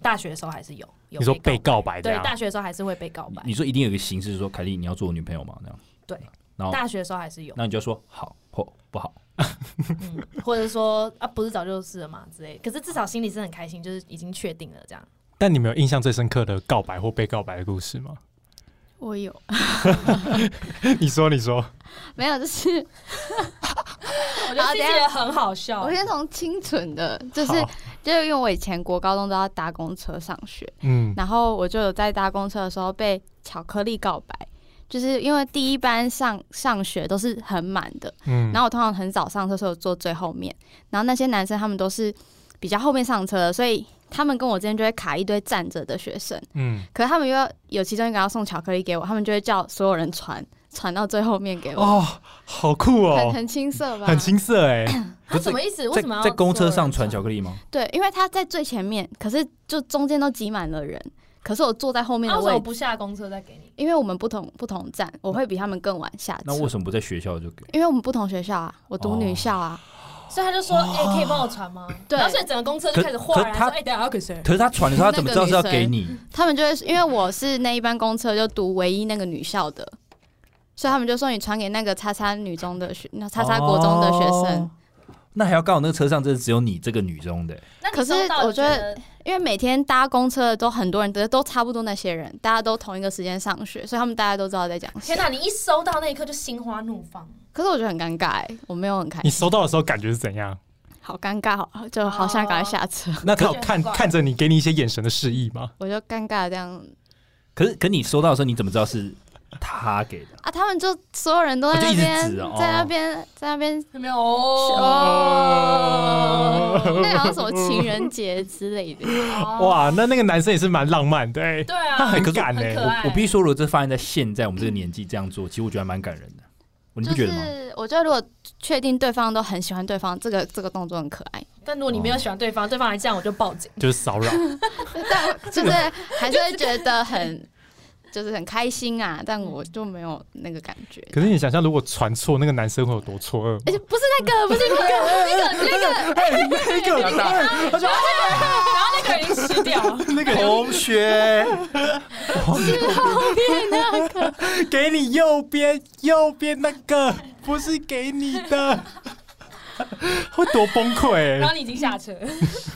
S3: 大学的时候还是有，有
S2: 你说被
S3: 被
S2: 告白这
S3: 对，
S2: 样，
S3: 大学的时候还是会被告白，
S4: 啊你说一定有一个形式，说凯莉你要做我女朋友吗？那样，
S3: 对，
S4: 然后
S3: 大学的时候还是有，
S4: 那你就说好或不
S3: 啊
S4: 好。
S3: 嗯，或者说啊不是早就是了嘛之类的，可是至少心里是很开心，就是已经确定了这样。
S2: 但你们有印象最深刻的告白或被告白的故事吗？ [LAUGHS]
S1: 我有
S2: 你说，你说，
S1: [LAUGHS] 没有？就是
S3: 我
S1: 好
S3: 这
S1: 等一下
S3: 也很好笑
S1: 我先从清纯的，就是
S2: 好
S1: 就是因为我以前国高中都要搭公车上学，
S2: 嗯，
S1: 然后我就有在搭公车的时候被巧克力告白，就是因为第一班上上学都是很满的，
S2: 嗯，
S1: 然后我通常很早上车，所以我坐最后面。然后那些男生他们都是比较后面上车的，所以他们跟我之间就会卡一堆站着的学生。
S2: 嗯，
S1: 可是他们又要有其中一个要送巧克力给我，他们就会叫所有人传传到最后面给我，
S2: 哦，好酷
S1: 很
S2: 哦，
S1: 很青涩吧？
S2: 很青涩
S3: [CLEARS THROAT]
S2: 哎，
S3: 他什么意思？为
S4: 在
S3: 什么要
S4: 在公车上传
S3: 传
S4: 巧克力吗？
S1: 对，因为他在最前面，可是就中间都挤满了人，可是我坐在后面
S3: 那
S1: 的
S3: 啊为
S1: 位
S3: 什么
S1: 置，
S3: 不下公车再给你？
S1: 因为我们不同不同站，我会比他们更晚下车
S4: 那。为什么不在学校就给？
S1: 因为我们不同学校啊，我读女校啊，
S4: 哦
S3: 所以他就说：“哎、可以帮我传吗？”
S1: 对
S3: 然后所以整个公车就开始哗
S4: 可可
S3: 然
S4: 他
S3: 说：“哎、等一下要给谁
S4: 可是他传的时候，他怎么知道是要
S1: 那个女
S4: 给
S1: 生
S4: 你？
S1: 他们就会因为我是那一班公车就读唯一那个女校的，所以他们就说你传给那个叉叉女中的学，那叉叉国中的学生，
S4: 哦那还要告诉那个车上真的只有你这个女中的欸、？”
S3: 那你
S1: 可是
S3: 收到就
S1: 我觉
S3: 觉
S1: 得因为每天搭公车的都很多人，都都差不多那些人，大家都同一个时间上学，所以他们大家都知道在讲谁
S3: 天。哪！你一收到那一刻就心花怒放，
S1: 可是我觉得很尴尬、欸，我没有很开
S2: 你
S1: 心，
S2: 收到的时候感觉是怎样？
S1: 好尴尬，好就好像赶快下车，
S4: 哦
S2: 那他有
S3: 感觉
S2: 看
S3: 很怪
S2: 看着你，给你一些眼神的示意吗？
S1: 我就尴尬地这样
S4: 可是，可你收到的时候，你怎么知道是他给的？
S1: 啊，他们就所有人都在
S4: 哦就
S1: 那
S4: 一直
S1: 边，
S4: 指哦
S1: 在那边，在那边。
S3: 有没有？
S1: 哦
S3: 哦，
S1: 那好
S4: [LAUGHS]
S1: 像什么情人节之类的，
S4: 嗯
S2: 哇，那那个男生也是蛮浪漫的哎，
S3: 对
S2: 他
S3: 啊，
S2: 很
S4: 可是
S2: 敢
S3: 很可
S2: 哎，
S3: 爱。
S4: 我必须说，如果这发生在现在我们这个年纪这样做，其实我觉得还蛮感人的，你
S1: 就
S4: 不觉得吗？
S1: 是我觉得如果确定对方都很喜欢对方，这个这个动作很可爱， [LAUGHS]
S3: 但如果你没有喜欢对方，对方还这样，我就报警。
S2: 就是骚扰。
S1: 但就是还是会觉得很就是很开心啊，但我就没有那个感
S4: [LAUGHS]
S1: 觉。
S2: 可是你想象，如果传错，那个男生会有多错愕吗？
S3: [LAUGHS]
S1: 而且不是那个，不是那个，那个那个，
S2: 哎那个，他说
S3: [LAUGHS] 然后那个人已经吃掉
S2: [LAUGHS]
S3: 了，
S2: 那个
S4: 同学，
S2: 哎给你右边，右边那个不是给你
S3: [LAUGHS]
S2: 的，会多崩溃
S3: 然
S2: 欸
S3: 后。你已经下车， [LAUGHS]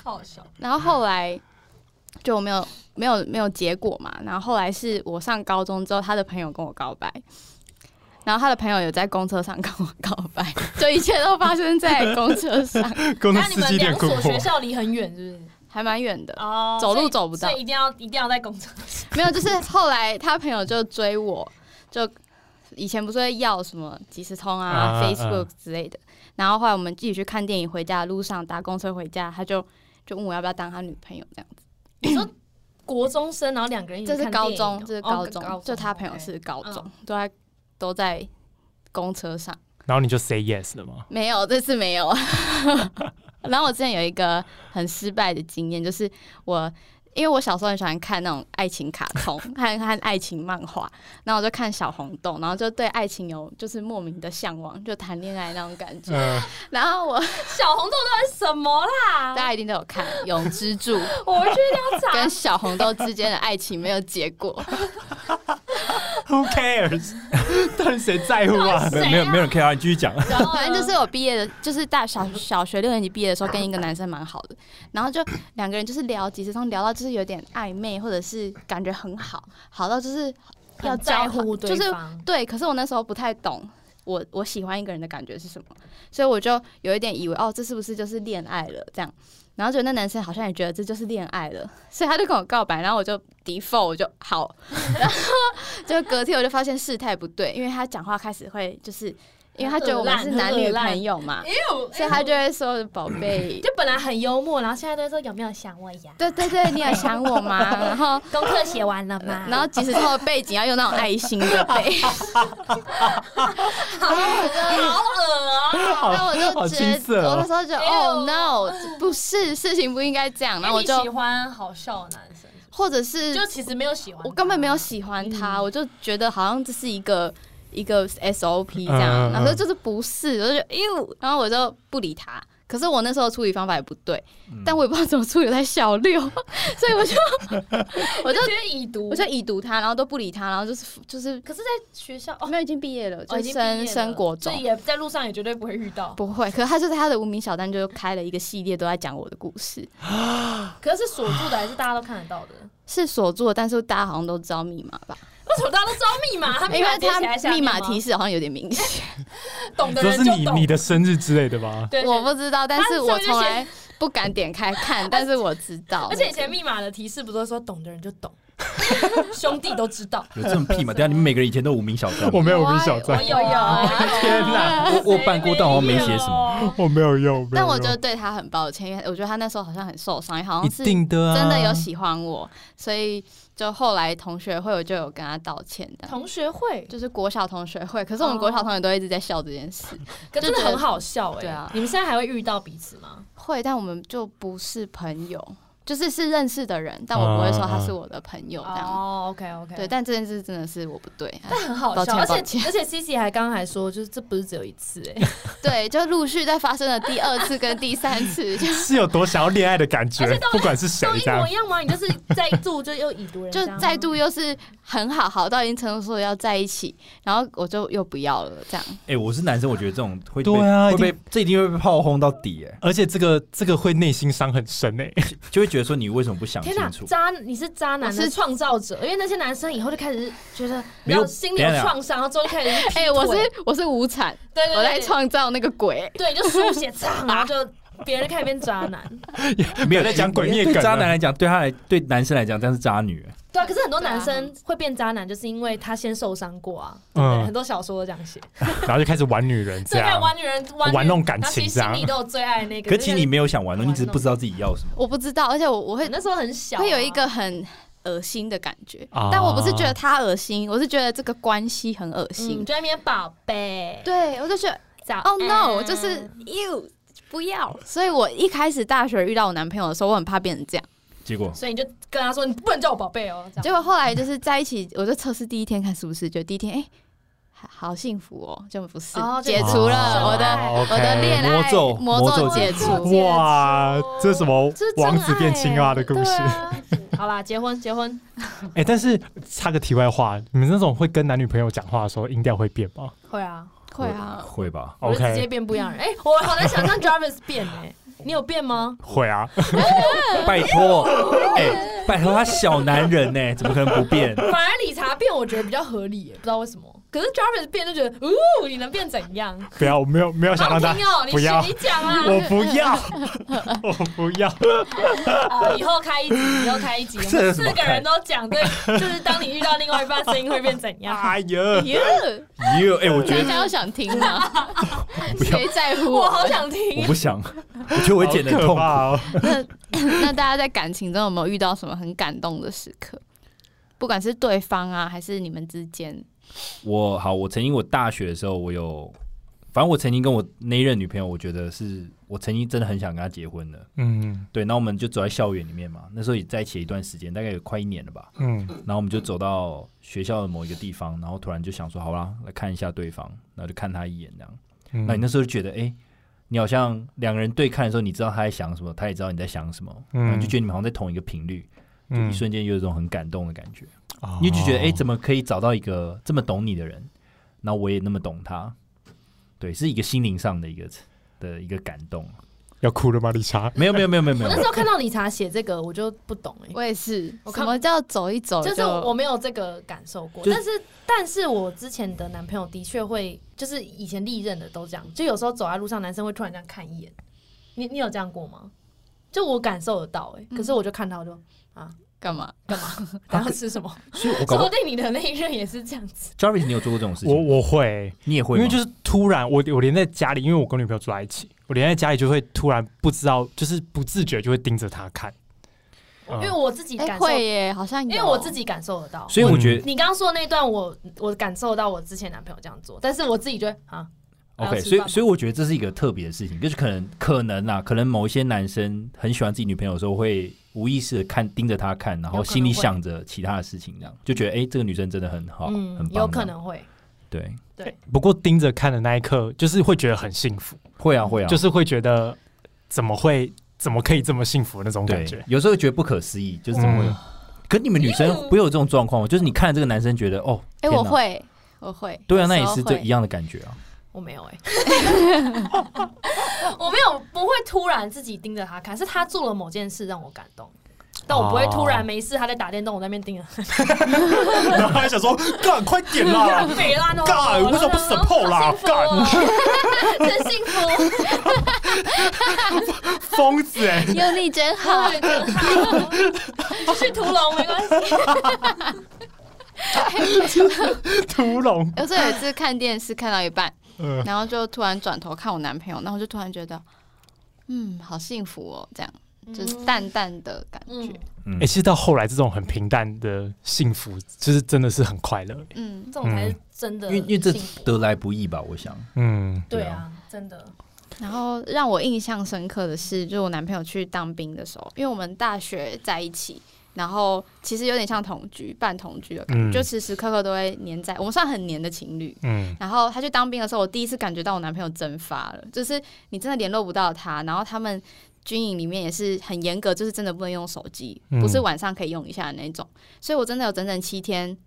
S3: 好好笑。
S1: 然后后来就没有没有没有结果嘛。然后后来是我上高中之后，他的朋友跟我告白。然后他的朋友有在公车上跟我告白， [LAUGHS] 就一切都发生在公车上， [LAUGHS]
S2: 工作
S3: 那你
S2: 司
S3: 们
S2: 机有点
S3: 两
S2: 困
S3: 所学
S2: 惑。
S3: 校离很远，是不是？
S1: 还蛮远的。
S3: 哦
S1: 走路
S3: 所以
S1: 走不到
S3: 所以一定要一定要在公车上。
S1: 没有，就是后来他朋友就追我，就以前不是会要什么即时通啊、
S2: 啊
S1: Facebook 之类的，然后后来我们一起去看电影，回家的路上搭公车回家，他就就问我要不要当他女朋友这样子。
S3: 你说国中生，然后两个人一起
S1: 这是
S3: 看
S1: 高
S3: 电影哦
S1: 中，这是
S3: 哦
S1: 高中，
S3: 高
S1: 就他朋友
S3: OK
S1: 是高中，
S3: 嗯
S1: 都在都在公车上，
S2: 然后你就 say yes 了吗？
S1: 没有这次没
S3: [LAUGHS]
S1: 有。啊然后我之前有一个很失败的经验，就是我。因为我小时候很喜欢看那种爱情卡通，看看爱情漫画，然后我就看小红豆，然后就对爱情有就是莫名的向往，就谈恋爱那种感觉。
S2: 嗯，
S1: 然后我
S3: 小红豆到底是什么啦
S1: 大？家一定都有看《永之助》
S3: 我回去一定要
S1: 跟
S3: 查。
S1: 小红豆之间的爱情没有结果，
S2: Who cares？到 [LAUGHS] 底谁在乎啊？
S4: 没有没有没有人 care，你继续讲。
S3: 然后呢
S1: 反正就是我毕业的，就是大小小学六年级毕业的时候，跟一个男生蛮好的，然后就两个人就是聊几次，通聊到就是有点暧昧，或者是感觉很好，好到就是要
S3: 很
S1: 交
S3: 在
S1: 往
S3: 乎对
S1: 就是
S3: 方。
S1: 对，可是我那时候不太懂我我喜欢一个人的感觉是什么，所以我就有一点以为哦，这是不是就是恋爱了这样？然后就那男生好像也觉得这就是恋爱了，所以他就跟我告白，然后我就 default 我就好，然后就隔天我就发现事态不对，因为他讲话开始会就是因为他觉得我们是男女朋友嘛，
S3: 因为
S1: 所以他就会说宝贝，
S3: 就本来很幽默，然后现在都会说有没有想我呀？
S1: 对对对，你有想我吗？然后
S3: 功课写完了
S1: [LAUGHS]
S3: 吗？
S1: 然后即使他的背景要用那种爱心的背，
S2: [LAUGHS]
S3: 好恶哦、
S2: 啊好
S1: 啊那我
S2: 好
S1: 就觉
S2: 青涩
S1: 得我
S2: 哦
S1: 那时候觉得
S3: 哎呦
S1: 哦 no，不是事情不应该这样，然后我
S3: 那你喜
S1: 就
S3: 欢好笑的男生，
S1: 或者是
S3: 就其实没有喜欢，
S1: 我根本没有。喜欢他，
S2: 嗯
S1: 我就觉得好像这是一个一个 SOP 这
S2: 嗯嗯
S1: 样，
S2: 嗯
S1: 然后就是不是，我就觉得哎呦，然后我就不理他。可是我那时候处理方法也不对，
S2: 嗯
S1: 但我也不知道怎么处理我才小六， [LAUGHS] 所以我
S2: [LAUGHS]
S1: 就我就
S3: 觉得已读，
S1: 我就已读他，然后都不理他，然后就是就是
S3: 可是在学校哦，
S1: 没有已经毕业了，
S3: 哦
S1: 就
S3: 已经毕业
S1: 升
S3: 了
S1: 升国
S3: 所
S1: 中
S3: 以。也在路上也绝对不会遇到。
S1: 不会，可是他就在他的无名小站就开了一个系列，都在讲我的故事，
S3: 可是是锁住的还是大家都看得到的？
S1: 是锁住的，但是大家好像都知道密码吧？
S3: 为什么大家都知道
S1: [LAUGHS]
S3: 密码？他密
S1: 因
S3: 码
S1: 为
S3: 贴起来
S1: 他
S3: 下面
S1: 密码
S3: 吗
S1: 提示好像有点明显。
S3: 懂的
S2: 这
S3: 人
S2: 是
S3: 就
S2: 你
S3: 懂。
S2: 你的生日之类的吧？
S3: [LAUGHS] 对，
S1: 我不知道，但是我
S3: 上面就
S1: 从来不敢点开看，但是我知道。
S3: 而且以前密码的提示不都说懂的人就
S1: [LAUGHS]
S3: 懂，兄弟都知道。
S4: 有这种屁吗？等一下你们每个人以前都无名小站吗，
S2: 我没有微小
S1: 我
S2: 站
S1: 有，
S3: 有啊，
S2: 天哪，
S4: 我我办过，但好像没写什么。
S3: 么。
S2: 我没有用。
S1: 但我觉得对他很抱歉，因为我觉得他那时候好像很受伤，因为好
S2: 一
S1: 像是
S2: 定的啊，
S1: 真的有喜欢我，所以就后来同学会我就有跟他道歉的。
S3: 同学会，
S1: 就是国小同学会，可是我们国小同学都一直在笑这件事。
S3: 可真的很好笑哎、
S1: 对啊
S3: 你们现在还会遇到彼此吗？
S1: [LAUGHS] 会，但我们就不是朋友，就是是认识的人，但我不会说他是我的朋友这样。
S3: 哦，OK OK，
S1: 对，但这件事真的是我不 [LAUGHS] 对。
S3: 很好
S1: 道
S3: 笑，
S1: 歉
S3: 而
S1: 抱
S3: 且
S1: 歉
S3: 而且 C C 还刚刚还说，就是这不是只有一次
S4: [LAUGHS]
S3: 哎、
S1: 对，就陆续在发生了第二次跟第三 [LAUGHS] 次，就是
S2: 有多想要恋爱的感
S3: 而
S2: 觉
S3: 且都，
S2: 不管是谁
S3: 都一
S2: 这
S3: 模
S2: 样
S3: 一。样吗？你就是再度就又已读人
S1: 就
S3: 家吗
S1: 再度又是很好，好到已经程度说要在一起，然后我就又不要了，这样。
S4: [LAUGHS] 哎，我是男生，我觉得这种会被
S2: 对啊
S4: 会被这一定会被炮轰到底，哎，
S2: 而且这个这个会内心伤很深欸诶、
S4: 就会觉得说你为什么不想
S3: 天哪，
S4: 清楚？
S3: 渣你是渣男
S1: 我
S3: 的
S1: 是
S3: 创造者，因为那些男生以后就开始觉得，
S4: 没
S3: 然
S4: 有
S3: 后心里有
S4: 等一下
S3: 创伤，然后之后就开始劈
S1: 哎、
S3: 腿
S1: 我是我是无产，
S3: 对对对
S1: 我在创造那个鬼。
S3: [LAUGHS] 对，就书写
S1: [LAUGHS]
S3: 渣，然后就别人就开始变渣男。
S2: [LAUGHS]
S4: 没有
S2: 在讲鬼灭
S4: 对
S2: 梗啊
S4: 渣男来讲，对他来对男生来讲，但是渣女，哎
S3: 对啊，可是很多男生会变渣男，就是因为他先受伤过啊。对，很
S2: 嗯，
S3: 多小说都这样写，
S2: [LAUGHS] 然后就开始玩女人这
S3: 最爱
S2: 样，
S3: 玩女人，玩女
S2: 玩弄感
S3: 然后其
S2: 情
S3: 实
S2: 这
S3: 心
S2: 样
S3: 里都有最爱的那个。
S4: 可是其实你
S3: 那
S4: 没有想玩弄，
S3: 玩
S4: 你
S3: 弄
S4: 只是不知道自己要什么。
S1: 我不知道，而且我我
S3: 个
S1: 会
S3: 那时候很小啊，
S1: 会有一个很恶心的感觉，
S2: 啊
S1: 但我不是觉得他恶心，我是觉得这个关系很恶心。
S3: 嗯，就在那边宝贝，
S1: 对，我就觉得
S3: 早安，
S1: 哦 no，就是 you 不要。所以我一开始大学遇到我男朋友的时候，我很怕变成这样。
S4: 结果
S3: 所以你就跟他说，你不能叫我宝贝哦。这样
S1: 结果后来就是在一起，我就测试第一天看是不是，就第一天哎、好好幸福哦，就不是、
S3: 哦就
S1: 解除了
S3: 哦
S1: 我的、
S2: 啊 OK
S1: 我的恋爱
S4: 魔咒
S1: 魔
S4: 魔咒
S1: 咒解
S3: 解
S1: 除
S3: 除。
S2: 哇，这是什么
S3: 这是真
S2: 王子变
S3: 爱
S2: 青蛙的故事？
S3: 对
S2: 哎、
S3: 啊好啦，结婚结婚，
S2: 但是插个题外话，你们那种会跟男女朋友讲话的时候，音调会变吗
S3: 会啊，
S1: 会啊，
S4: 会吧？
S3: 我就直接
S2: ？OK，
S3: 变不一样人。哎，我好难想象 Jarvis 变哎，你有变吗？
S2: 会啊，
S4: 拜
S1: [LAUGHS]
S4: 托，哎，拜托他小男人呢，怎么可能不变？
S3: 反而理查变我觉得比较合理耶，不知道为什么。可是 Jarvis 变就觉得，呜，你能变怎样？
S2: 不要，我没有没有想
S3: 好
S2: 让他
S3: 听哦，你
S2: 不要
S3: 学你讲啊，
S2: 我不 [LAUGHS] 要，我不要。
S3: 啊以后开一集，以后开一集，我
S4: 这
S3: 们
S4: 有
S3: 四
S4: 什么
S3: 个人都讲，对，就是当你遇到另外一半，声音会变怎样？
S2: 哎呀，
S1: 耶、
S4: 哟，哎，我觉
S1: 大
S4: 得
S1: 家有想听
S4: [LAUGHS]
S1: 吗？
S4: 不要
S1: 谁在乎
S3: 我好
S1: 我？
S3: 想
S4: 我
S3: 听。
S4: 不想，我觉得我会剪得很
S2: 好可
S4: 痛苦。
S2: 怕哦。
S1: 那 [LAUGHS] 那大家在感情中有没有遇到什么很感动的时刻？不管是对方啊，还是你们之间，
S4: 我好，我曾经我大学的时候，我有，反正我曾经跟我那一任女朋友，我觉得是我曾经真的很想跟她结婚的。
S2: 嗯
S4: 对，那我们就走在校园里面嘛，那时候也在一起一段时间，大概有快一年了吧。
S2: 嗯，
S4: 然后我们就走到学校的某一个地方，然后突然就想说，好啦，来看一下对方，然后就看他一眼这样。那
S2: 那
S4: 你那时候就觉得，哎、你好像两个人对看的时候，你知道他在想什么，他也知道你在想什么，
S2: 嗯
S4: 然后就觉得你们好像在同一个频率，就一瞬间有一种很感动的感觉。你就
S2: 哦
S4: 觉得，哎、怎么可以找到一个这么懂你的人？那我也那么懂他，对，是一个心灵上的一个的一个感动。
S2: 要哭了吗？理查，
S4: 没有，没有，没有，没有，没
S3: 我
S4: 有
S3: 那。时候看到理查写这个，我就不懂哎，
S1: 我也是。
S3: 我看
S1: 什么叫走一走
S3: 就是我
S1: 就
S3: 没有这个感受过，
S4: 就
S3: 但是但是我之前的男朋友的确会，就是以前历任的都这样，就有时候走在路上，男生会突然这样看一嗯眼。你你有这样过吗？就我感受得到哎、欸可是我就看到我就啊，
S1: 干嘛？
S3: 干嘛？然后吃什么？
S4: 所以我搞
S3: 说
S4: 不
S3: 不定你的那一任也是这样子。
S4: Jarvis，你有做过这种事情
S2: 我
S4: 吗？
S2: 我会，
S4: 你也会
S2: 因
S4: 吗，
S2: 为就是突然，我我连在家里，因为我跟女朋友住在一起，我连在家里就会突然不知道，就是不自觉就会盯着她看。
S3: 因为我自己
S1: 哎、
S3: 感受，
S1: 会耶，好像
S3: 因
S1: 有
S3: 为我自己感受得到。
S4: 所以我觉得、
S3: 你刚刚说的那段我，我感受到我之前男朋友这样做，但是我自己觉得啊，我要
S4: OK，
S3: 吃
S4: 所
S3: 饭
S4: 以
S3: 吗
S4: 所以我觉得这是一个特别的事情，就是可能可能啊，可能某一些男生很喜欢自己女朋友的时候，会无意识的看盯着她看，然后
S3: 有可能
S4: 心里
S3: 会
S4: 想着其他的事情，这样就觉得哎、诶这个女生真的很好，很
S3: 嗯，
S4: 棒，
S3: 有可能会，
S4: 对，
S2: 不过盯着看的那一刻，就是会觉得很幸福，
S4: 会啊会啊，
S2: 就是会觉得怎么会怎么可以这么幸福的那种感
S4: 对
S2: 觉，。嗯
S4: 有时候觉得不可思议，就是怎么会有？可你们女生不会有这种状况吗？就是你看这个男生觉得哦，
S1: 哎、
S4: 天
S1: 我
S4: 哪，
S1: 会，我会。
S4: 对啊，
S1: 有时
S4: 那
S1: 候
S4: 也是这
S1: 会
S4: 一样的感觉啊。
S3: 我没有哎、 [LAUGHS] 我没有不会突然自己盯着他看，是他做了某件事让我感动，但我不会突然没事他在打电动，我在那边盯着
S2: [LAUGHS]
S3: 他，
S2: 然后还想说，干快点 [LAUGHS] 啦！
S3: 北烂哦，
S2: 干为什么不 support 啦
S3: 好幸福哦真幸福，
S2: [LAUGHS] 疯子哎、
S1: 有你真好，
S3: [LAUGHS] 对，真好， [LAUGHS] 去屠龙没关系，
S2: 屠龙，
S1: 有时候有一次看电视看到一半，
S2: 呃，
S1: 然后就突然转头看我男朋友，然后就突然觉得，嗯，好幸福哦，这样就是淡淡的感
S3: 嗯
S1: 觉，，
S4: 嗯
S2: 哎、，其实到后来这种很平淡的幸福，就是真的是很快乐、
S1: 嗯
S3: 这种才是真的
S4: 因
S3: 幸福，
S4: 为因为这得来不易吧，我想。
S2: 嗯，
S3: 对啊，真的，
S1: 然后让我印象深刻的是，就是我男朋友去当兵的时候，因为我们大学在一起，然后其实有点像同居、半同居的感觉，
S2: 嗯
S1: 就时时刻刻都会黏在，我们算很黏的情侣。
S2: 嗯，
S1: 然后他去当兵的时候，我第一次感觉到我男朋友蒸发了，就是你真的联络不到他，然后他们。军营里面也是很严格，就是真的不能用手机，
S2: 嗯
S1: 不是晚上可以用一下的那种。所以我真的有整整七天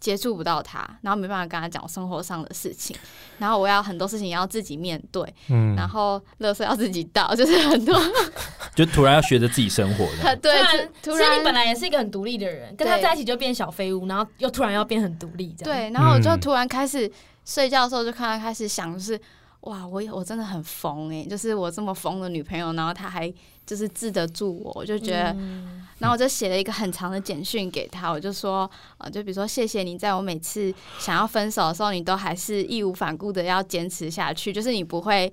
S1: 接触不到他，然后没办法跟他讲我生活上的事情，然后我要很多事情要自己面对，
S2: 嗯
S1: 然后垃圾要自己倒， [LAUGHS] 就是很多
S4: 就突然要学着自己生活
S3: [LAUGHS]
S4: 这样
S1: 很对
S3: 突然，
S1: 突
S3: 其实你
S1: 然
S3: 本来也是一个很独立的人，跟他在一起就变小废物，然后又突然要变很独立，这样，
S1: 对，然后我就
S2: 嗯
S1: 突然开始睡觉的时候就看到开始想就是。哇，我我真的很疯哎、就是我这么疯的女朋友，然后她还就是治得住我，我就觉得，
S3: 嗯
S1: 然后我就写了一个很长的简讯给她，我就说，呃，就比如说谢谢你，在我每次想要分手的时候，你都还是义无反顾的要坚持下去，就是你不会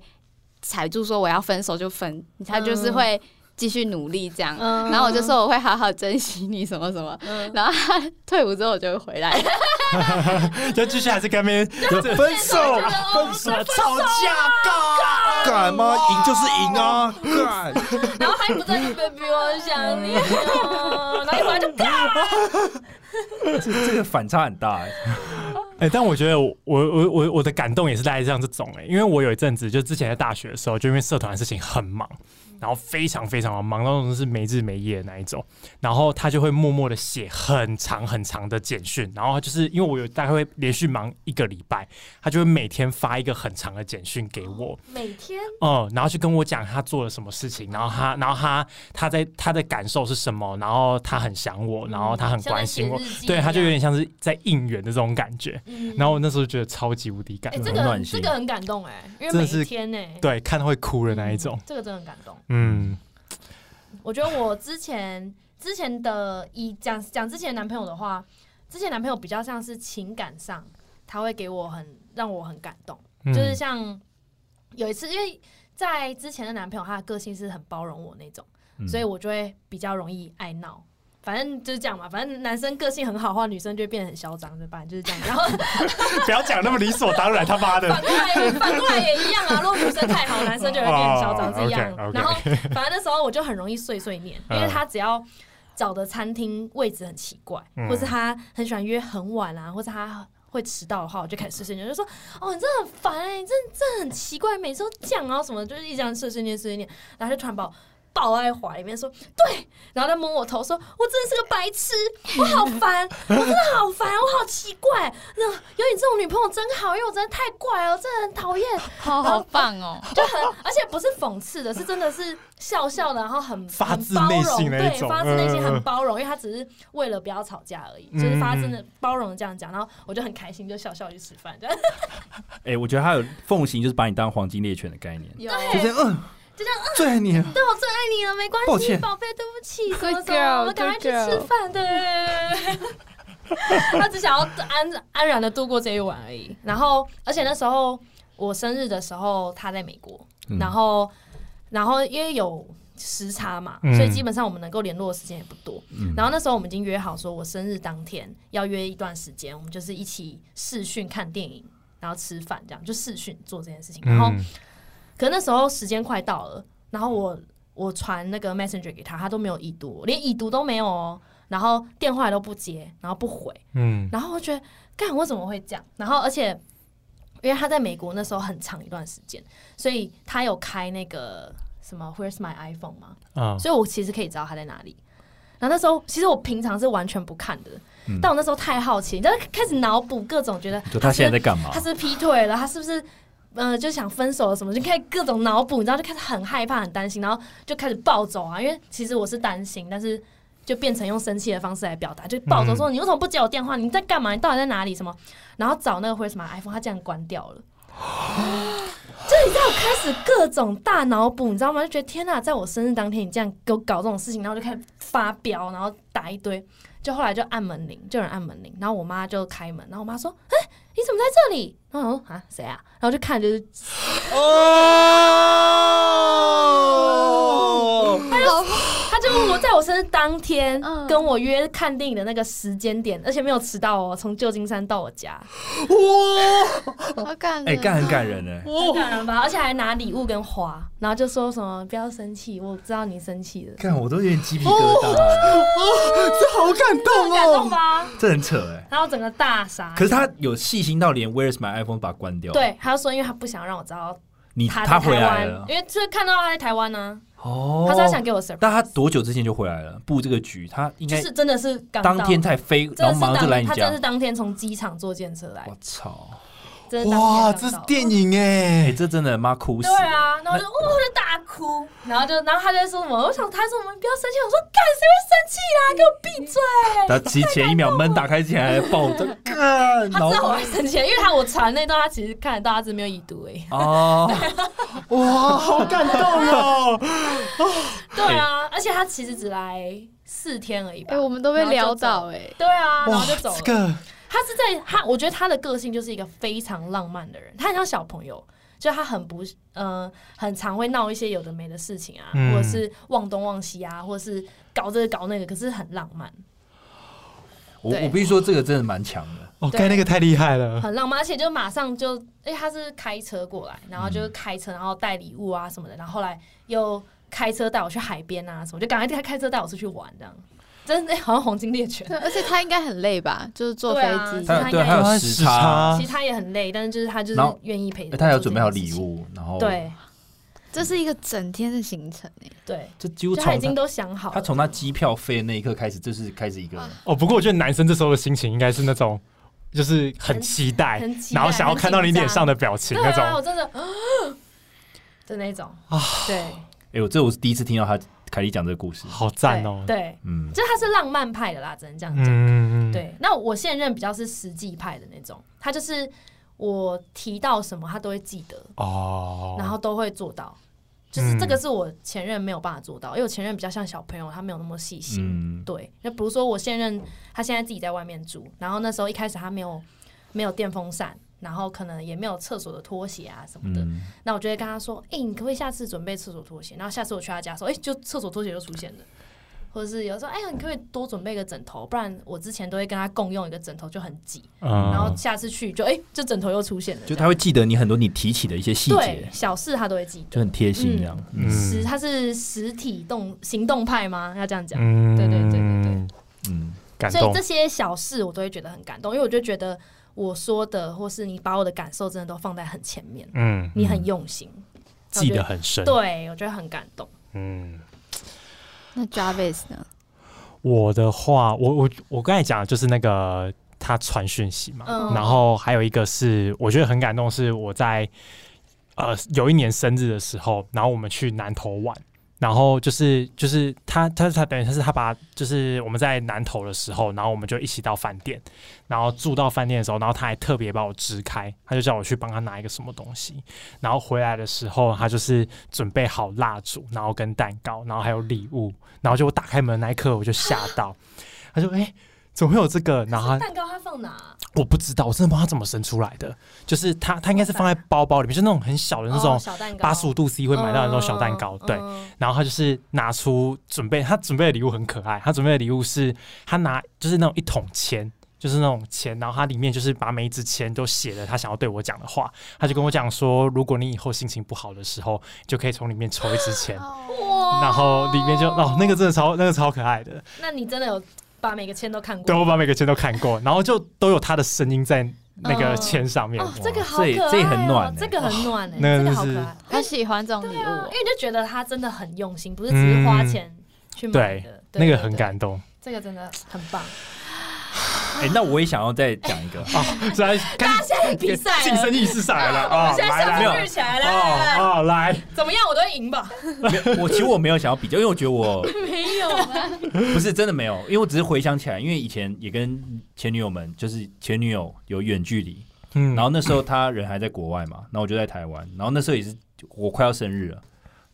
S1: 踩住说我要分手就分，你才就是
S3: 嗯
S1: 会继续努力这样。
S3: 嗯
S1: 然后我就，说我会好好珍惜你什么什么，
S3: 嗯
S1: 然后他 [LAUGHS] 退伍之后我就会回来，
S2: 就继续还是跟边
S3: [LAUGHS]
S4: 就 [LAUGHS] 分手
S2: 分手吵架，
S5: 干嘛赢就是赢啊！干，
S3: 然后他也不在就 baby，我想你
S1: [LAUGHS]
S3: 哦，然后一回来就嘎，
S4: 这这个反差很大哎、
S2: 哎、但我觉得我我我我的感动也是来自像这种哎、因为我有一阵子就之前在大学的时候，就因为社团的事情很忙，然后非常非常的忙，那种是没日没夜的那一种，然后他就会默默的写很长很长的简讯，然后他就是因为我有大概会连续忙一个礼拜，他就会每天发一个很长的简讯给我，
S3: 每天
S2: 嗯，然后去跟我讲他做了什么事情，然后他，然后他他在他的感受是什么，然后他很想我，然后他很关心我，，对，他就有点像是在应援的这种感觉。
S3: 点
S2: 然后我那时候觉得超级无敌感
S3: 嗯哎，
S2: 动，
S3: 这
S4: 很
S3: 个
S4: 暖心
S3: 这个很感动哎，因为
S2: 真
S3: 每
S2: 的是
S3: 一天哎，
S2: 对，看到会哭的那一种。
S3: 这个真的很感动。
S2: 嗯
S3: 我觉得我之前之前的以讲讲之前男朋友的话，之前男朋友比较像是情感上，他会给我很让我很感动，
S2: 嗯
S3: 就是像有一次，因为在之前的男朋友他的个性是很包容我那种，
S4: 嗯
S3: 所以我就会比较容易爱闹。反正就是这样嘛，反正男生个性很好的话，女生就会变得很嚣张，对吧？就是这样。然后
S2: 不要讲那么理所当然，他妈
S3: [LAUGHS] 反
S2: 的。
S3: 过来，反过来也一样啊。如果女生太好，男生就会变得嚣张，是一样。
S2: 哦，OK，OK
S3: 然后反正那时候我就很容易碎碎念，因为他只要找的餐厅位置很奇怪，
S2: 嗯
S3: 或是他很喜欢约很晚啊，或是他。会迟到的话，我就开始碎碎念，就说：“哦，你真的很烦哎、你真真的很奇怪，每次都这样啊，什么就是一直这样碎碎念碎碎念，然后他就突然把我抱在怀里面说对，然后他摸我头说：我真的是个白痴，我好烦，我真的好烦，我好奇怪，那有你这种女朋友真好，因为我真的太怪了，我真的很讨厌，
S1: 好好棒
S3: [LAUGHS]
S1: 哦，
S3: 就很，而且不是讽刺的，是真的是笑笑的，然后很
S2: 发自
S3: 很包
S2: 内
S3: 容
S2: 心的一
S3: 对，
S2: 种
S3: 发自内
S2: 嗯
S3: 心很包容，因为他只是为了不要吵架而已，
S2: 嗯
S3: 就是发自的包容地这样讲，然后我就很开心，就笑笑去吃饭，这样
S4: 欸哎、我觉得他有奉行就是把你当黄金猎犬的概念，
S1: 有
S4: 就是嗯，
S5: 最爱你了，
S3: 对我最爱你了，没
S5: 抱
S3: 关系，
S5: 歉
S3: 宝贝，对不起，什
S1: [LAUGHS] Good
S3: 么什么，我
S1: girl,
S3: 们赶快
S1: good
S3: 去吃
S1: girl
S3: 饭的。 [LAUGHS] 他只想要安安然的度过这一晚而已。然后，而且那时候我生日的时候，他在美国，
S5: 嗯
S3: 然后，然后因为有时差嘛，
S2: 嗯
S3: 所以基本上我们能够联络的时间也不多。
S4: 嗯
S3: 然后那时候我们已经约好，说我生日当天要约一段时间，我们就是一起视讯看电影，然后吃饭，这样就视讯做这件事情。然后，
S2: 嗯
S3: 可那时候时间快到了，然后我我传那个 Messenger 给他，他都没有已读，连已读都没有哦。然后电话也都不接，然后不回，
S2: 嗯
S3: 然后我觉得，干我怎么会这样？然后而且，因为他在美国那时候很长一段时间，所以他有开那个什么 Where's My iPhone 吗？
S4: 哦
S2: 啊，
S3: 所以我其实可以知道他在哪里。然后那时候，其实我平常是完全不看的，但我那时候太好奇，你知道开始脑补各种觉得
S4: 嗯就他现在在干嘛
S3: 他？是劈腿了，他是不是呃就想分手了什么，就开始各种脑补，你知道就开始很害怕、很担心，然后就开始暴走啊，因为其实我是担心，但是。就变成用生气的方式来表达，就暴走说你为什么不接我电话？你在干嘛？你到底在哪里？什么？然后找那个 Where's My 哎 iPhone，他竟然关掉了。就你知道，我开始各种大脑补，你知道吗？就觉得天哪，在我生日当天你这样给我搞这种事情，然后就开始发飙，然后打一堆。就后来就按门铃，就有人按门铃，然后我妈就开门，然后我妈说：“哎、你怎么在这里？”然后我说：“啊，谁啊？”然后就看就是
S5: 哦，
S3: 他就我在我生日当天
S1: 嗯
S3: 跟我约看电影的那个时间点，而且没有迟到哦，从旧金山到我家，
S1: 好感
S4: 哎，
S1: 人，哦
S4: 干很感人哎，
S3: 很感人吧？而且还拿礼物跟花，然后就说什么不要生气，我知道你生气了，
S4: 欸干我都有点鸡皮疙瘩，
S5: 这好感动
S3: 感动
S5: 哦！
S3: 吧？
S4: 这很扯哎。
S3: 然后整个大傻。
S4: 可是他有细心到连 Where's my iPhone 把它关掉，，
S3: 对，他就说因为他不想让我知道
S4: 你
S3: 他
S4: 他
S3: 在
S4: 回
S3: 台
S4: 来
S3: 湾
S4: 了，
S3: 因为这看到他在台湾呢，
S4: 哦，
S3: 他说他想给我 surprise，
S4: 但他多久之前就回来了？布这个局，他应
S3: 就
S4: 该
S3: 是真的是刚到
S4: 哎当天才飞，
S3: 真
S4: 然后
S3: 的是
S4: 马上就来
S3: 当
S4: 你
S3: 他真
S4: 家
S3: 的是。当天从机场坐电车来
S4: 我，操！
S3: 真的
S5: 哇，这是
S3: 当天刚到
S5: 电影
S4: 哎，
S5: 哎！
S4: 这真的妈哭死
S3: 对！啊，然后我就哦，我就大哭，然后就，然后他就在说什么，我想他说我们不要生气，我说干谁会生气啦，给
S4: [LAUGHS]
S3: 我闭嘴！
S4: 他其实前一秒门打开之前还在抱
S3: [LAUGHS]
S4: 着，干，
S3: 他
S4: 然后
S3: 知道我会生气，因为他我传那段他其实看得到，他只是没有已哎读而已。
S4: [LAUGHS]
S3: [LAUGHS]
S4: 哦，
S5: 哇，好感动哦！
S3: 对啊，而且他其实只来四天而已吧
S1: 哎，。我们都被撩到哎，
S3: 对啊，然
S5: 哇
S3: 后就走，了
S5: 这。个
S3: 他是在他，我觉得他的个性就是一个非常浪漫的人，他很像小朋友，就他很不呃，很常会闹一些有的没的事情啊，
S2: 嗯
S3: 或者是忘东忘西啊，或者是搞这个搞那个，可是很浪漫，
S4: 我
S1: 对
S4: 我必须说这个真的蛮强的，
S2: 哦，该那个太厉害
S3: [LAUGHS]
S2: 了，
S3: 很浪漫，而且就马上就，哎、他是开车过来，然后就是开车，然后带礼物啊什么的，然后后来又开车带我去海边啊什么，就赶快他开车带我出去玩这样，真的、哎好像黄金猎 [LAUGHS] 犬。
S1: 对，而且他应该很累吧，就是坐飞
S3: 对啊
S1: 机
S3: 他
S4: 他
S3: 应
S4: 对
S3: 该
S4: 还有时差，
S3: 其实他也很累，但是就是他就
S4: 然后
S3: 是愿意陪着我做这件事情。
S4: 他有准备好礼物，然后
S3: 对，
S1: 这是一个整天的行程哎，
S3: 对，
S4: 这几乎
S3: 就他已
S4: 从
S3: 经
S4: 他
S3: 都想好了。啊
S4: 他从他机票飞的那一刻开始，这是开始一个
S2: 哦，不过我觉得男生这时候的心情应该是那种，就是很期待，
S3: 很期待
S2: 然后想要看到你脸上的表情那
S3: 对啊，我
S2: 种。
S3: 真的啊的那种
S4: 啊
S3: 对
S4: 哎，我这我是第一次听到他凯莉讲这个故事，
S2: 好赞哦！
S3: 对，对
S4: 嗯，
S3: 就他是浪漫派的啦，只能这样讲。
S2: 嗯，嗯，
S3: 对，那我现任比较是实际派的那种，他就是我提到什么他都会记得，
S2: 哦，
S3: 然后都会做到。就是这个是我前任没有办法做到，因为我前任比较像小朋友，他没有那么细心。
S4: 嗯，
S3: 对，那比如说我现任他现在自己在外面住，然后那时候一开始他没有没有电风扇，然后可能也没有厕所的拖鞋啊什么的，
S4: 嗯，
S3: 那我就会跟他说：“哎、你可不可以下次准备厕所拖鞋？”然后下次我去他家的时候，哎、就厕所拖鞋就出现了。或者是有时候，哎呀，你可不可以多准备一个枕头？不然我之前都会跟他共用一个枕头，就很挤。
S2: 嗯，
S3: 然后下次去就哎、这枕头又出现了。
S4: 就
S3: 这
S4: 他
S3: 样
S4: 会记得你很多你提起的一些细
S3: 对
S4: 节，
S3: 小事他都会记得。
S4: 就很贴心这样。嗯
S2: 嗯
S3: 实他是实体动行动派吗？要这样讲。
S2: 嗯
S3: 对对对对对，
S4: 嗯，
S2: 感
S3: 所以
S2: 动
S3: 这，些小事我都会觉得很感动，因为我就觉得我说的或是你把我的感受真的都放在很前面，
S2: 嗯，
S3: 你很用心，
S2: 记得很深。
S3: 对我觉得很感动。
S2: 嗯，
S1: 那 Jarvis 呢？。
S2: 我的话，我我我刚才讲的就是那个他传讯息嘛，
S3: 嗯
S2: 然后还有一个是我觉得很感动，是我在呃有一年生日的时候，然后我们去南投玩，然后就是就是他他他等于他是他把就是我们在南投的时候，然后我们就一起到饭店，然后住到饭店的时候，然后他还特别把我支开，他就叫我去帮他拿一个什么东西，然后回来的时候，他就是准备好蜡烛，然后跟蛋糕，然后还有礼物，然后就我打开门那一刻我就吓
S3: [GASPS]
S2: 到，他说哎、诶怎么会有这个？然后他
S3: 蛋糕它放哪？啊
S2: 我不知道，我真的不知道他怎么生出来的。就是他，他应该是放在包包里面，就那种很小的那
S3: 哦
S2: 种
S3: 小蛋糕，
S2: 八十五度 C 会买到的那种小蛋糕。
S3: 嗯
S2: 对，
S3: 嗯
S2: 然后他就是拿出准备，他准备的礼物很可爱。他准备的礼物是他拿就是那种一桶钱，就是那种钱，然后它里面就是把每一支钱都写了他想要对我讲的话。他就跟我讲说，如果你以后心情不好的时候，就可以从里面抽一支钱 [LAUGHS]
S3: 哇
S2: 然后里面就哦，那个真的超那个超可爱的，
S3: 那你真的有把每个签都看过？
S2: 对我把每个钱都看过，然后就都有他的声音在那个签上面。
S3: 哦，这个好
S4: 这
S3: 可爱、
S4: 也
S3: 哦，
S4: 这也很暖欸
S3: 这个很暖哎、
S2: 那
S3: 这
S2: 个
S3: 个
S2: 就
S3: 好可
S2: 是
S3: 爱。
S1: 他喜欢这种礼
S3: 对
S1: 物
S3: 啊，
S1: 哦
S3: 因，为就觉得他真的很用心，不是只是花钱去买的，对
S2: 嗯那个很，
S3: 对
S2: 感动。
S3: 对这个真的很棒。
S4: 哎、那我也想要再讲一
S3: [LAUGHS]
S4: 个，
S2: 啊，现在
S3: 大
S2: 开
S3: 家现在比
S2: 始
S3: 赛
S2: 竞
S3: 了，
S2: 争意识上来了啊，
S3: [LAUGHS] 我现在
S2: 来
S3: 胜
S2: 来
S3: 负
S2: 来
S3: 欲起来了，来来来
S2: 哦哦来，
S3: 怎么样我都会赢吧？
S4: 我其实我没有想要比较，因为我觉得我
S3: 没有 [LAUGHS] 啊，
S4: 不是真的没有，因为我只是回想起来，因为以前也跟前女友们，就是前女友有远距离，
S2: 嗯
S4: 然后那时候她人还在国外嘛，然后我就在台湾，然后那时候也是我快要生日了，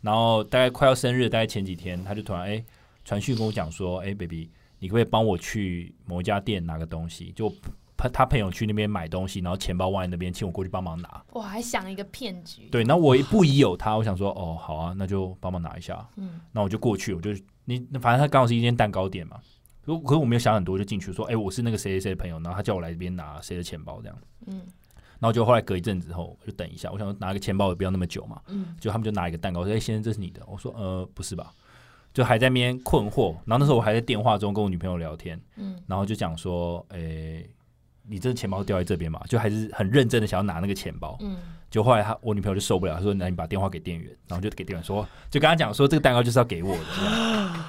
S4: 然后大概快要生日，大概前几天，她就突然哎传讯跟我讲说，哎，baby，你可不可以帮我去某一家店拿个东西？就她她朋友去那边买东西，然后钱包忘在那边，请我过去帮忙拿。
S3: 我还想一个骗局。
S4: 对，那我也不疑有他，我想说，哦，好啊，那就帮忙拿一下。
S3: 嗯，
S4: 那我就过去，我就你那反正他刚好是一间蛋糕店嘛，可可是我没有想很多，就进去说，哎、我是那个谁谁谁的朋友，然后他叫我来这边拿谁的钱包这样，
S3: 嗯
S4: 然后就后来隔一阵子后，我就等一下，我想拿个钱包也不要那么久嘛，
S3: 嗯，
S4: 就他们就拿一个蛋糕说，哎、先生这是你的，我说呃不是吧，就还在那边困惑，然后那时候我还在电话中跟我女朋友聊天，
S3: 嗯，
S4: 然后就讲说，哎、你这钱包掉在这边嘛，就还是很认真的想要拿那个钱包，
S3: 嗯，
S4: 就后来他我女朋友就受不了，她说：“那你把电话给店员。”然后就给店员说，就跟他讲说这个蛋糕就是要给我的这样。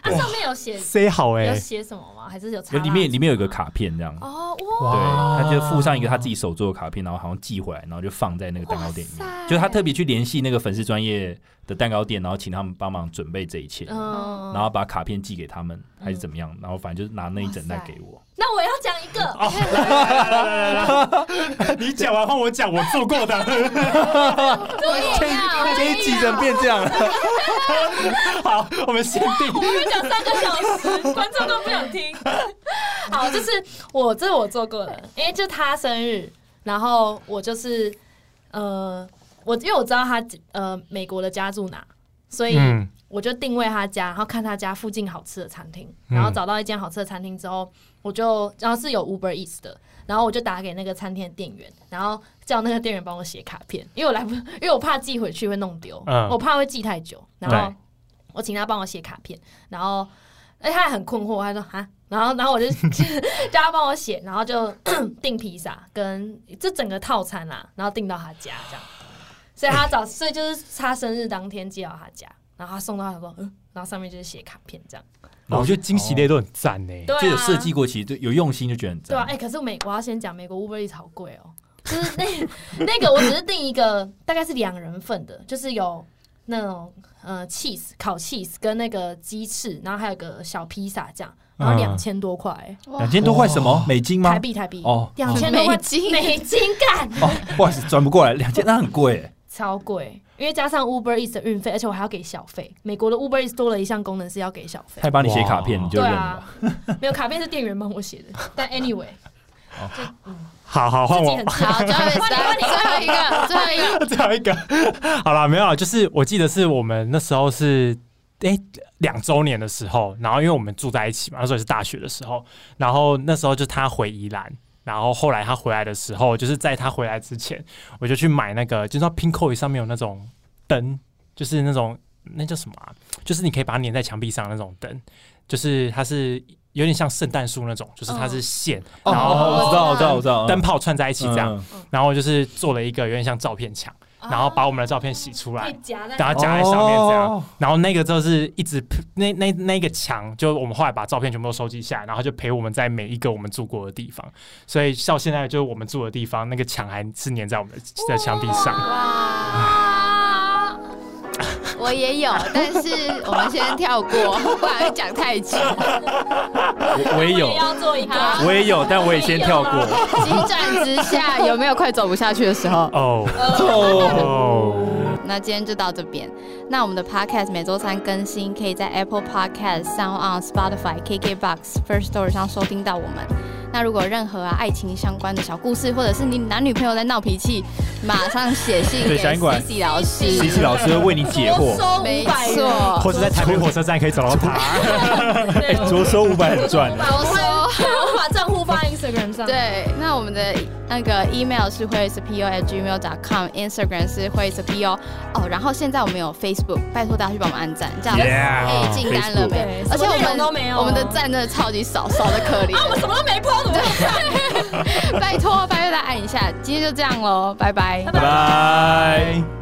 S3: 它啊上面有写
S2: ，say 好
S3: 有
S2: 哎，
S3: 写什么吗？还是有插
S4: 就里面
S3: 蜡
S4: 里面有一个卡片这样，对，
S3: 哦哇，
S2: 哇
S4: 他就附上一个他自己手做的卡片，然后好像寄回来，然后就放在那个蛋糕店里面。
S3: 哇塞
S4: 就他特别去联系那个粉丝专业的蛋糕店，然后请他们帮忙准备这一切，
S3: 嗯，
S4: 然后把卡片寄给他们还是怎么样，然后反正就是拿那一整袋给我。
S3: 那我要讲一个，
S2: 你讲完换我讲，我做过的，
S3: 我也要，
S4: 这一集怎么变这 [LAUGHS] 样了？
S2: 好，我们限定，
S3: 我们讲三个小时，观众都不想听。好，就是我这是我做过的，因为就他生日，然后我就是呃，我因为我知道他呃美国的家住哪，所以
S2: 嗯
S3: 我就定位他家，然后看他家附近好吃的餐厅，
S2: 嗯
S3: 然后找到一间好吃的餐厅之后，我就然后是有 Uber Eats 的，然后我就打给那个餐厅的店员，然后叫那个店员帮我写卡片，因为我来不，因为我怕寄回去会弄丢，
S2: 嗯
S3: 我怕会寄太久，然后我请他帮我写卡片，然后哎他也很困惑，他说啊，然后然后我就 [LAUGHS] 叫他帮我写，然后就 [COUGHS] 订披萨跟这整个套餐啦，然后订到他家这样。所以他早，所以就是他生日当天寄到他家，然后他送到他说，嗯，然后上面就是写卡片这样。
S2: 哦我觉得惊喜类都很赞欸呢，
S3: 对啊，
S4: 就有哎设计过，其实就有用心就觉得很
S3: 对啊，
S4: 赞
S3: 哎、。可是美，我要先讲美国 Uber Eats 好贵哦、就是那 [LAUGHS] 那个我只是订一个大概是两人份的，就是有那种呃 cheese 烤 cheese 跟那个鸡翅，然后还有个小披萨这样，然后
S2: 嗯
S3: 两千多块、
S4: 两千多块什么美金吗
S3: 台？币台币
S4: 哦
S3: 两千多块
S1: 美金
S3: 美金干
S4: 哦，不好意思，转不过来，两千那很贵欸。
S3: 超贵，因为加上 Uber Eats 的运费，而且我还要给小费。美国的 Uber Eats 多了一项功能是要给小费。
S4: 他帮你写卡片，
S2: 哇
S4: 你就认
S3: 对
S4: 了
S3: 啊
S4: 吧。
S3: 没有卡片是店员帮我写的，但
S4: [LAUGHS]
S3: anyway，
S2: 好好换
S3: 自己
S2: 我
S3: 很，
S1: 好
S3: 强。
S1: ，Jarvis 来最后一个，最后一
S4: [LAUGHS]
S1: 个，
S2: [LAUGHS] 最后一个，好了，没有啦，就是我记得是我们那时候是。哎，两周年的时候，然后因为我们住在一起嘛，那时候也是大学的时候，然后那时候就他回宜兰，然后后来他回来的时候，就是在他回来之前，我就去买那个，就是 Pinko 上面有那种灯，就是那种那叫什么啊？就是你可以把它粘在墙壁上的那种灯，就是它是有点像圣诞树那种，就是它是线，
S4: 哦，
S2: 然
S4: 我
S2: 后
S4: 知道，我知道，我知道，
S2: 灯泡串在一起这样，
S4: 嗯。
S2: 然后就是做了一个有点像照片墙，然后把我们的照片洗出
S3: 可以
S2: 来。
S3: 夹在
S2: 把它夹在上面这样
S5: 哦
S2: 然后那个就是一直那那那个墙，就我们后来把照片全部都收集下来，然后就陪我们在每一个我们住过的地方，所以到现在就是我们住的地方，那个墙还是粘在我们的的墙壁上。
S3: 哇
S1: 我也有，但是我们先跳过， [LAUGHS] 不然会讲太久。
S4: 我我也有
S3: 也，要做一个，
S1: 好
S4: 我也有，但我也先跳过。
S1: 急转直下，有没有快走不下去的时候？
S2: 哦哦，
S1: 那今天就到这边。那我们的 podcast 每周三更新，可以在 Apple Podcast 上、on Spotify、KKBox、First Story 上收听到我们。那如果有任何啊爱情相关的小故事，或者是你男女朋友在闹脾气，马上写信
S4: 对
S1: 给
S4: 小英馆
S1: C C 老师。
S4: 西西老师会为你解惑，
S3: 多收
S1: 没
S3: 五百元，
S1: 错，
S2: 或者在台北火车站可以找到他。
S3: 对，我
S4: 着哎收五百很赚的。
S1: 我说。
S3: 我把账户放在 Instagram 上。
S1: 对，那我们的那个 email 是会是 po at gmail com，Instagram 是会是 po 哦，然后现在我们有 Facebook，拜托大家去帮我们按赞，这样
S4: Yeah，
S1: 哎进单了
S4: Facebook
S1: 没
S3: 对？
S1: 而且我
S3: 什么内容
S1: 们
S3: 都没有哦
S1: 我们的赞真的超级少，少的可
S3: [LAUGHS] 啊，我们
S1: 怜，
S3: 什么都没破，怎么
S1: 拜
S3: 会
S1: 托拜托大家按一下，今天就这样喽，拜拜。
S4: 拜拜。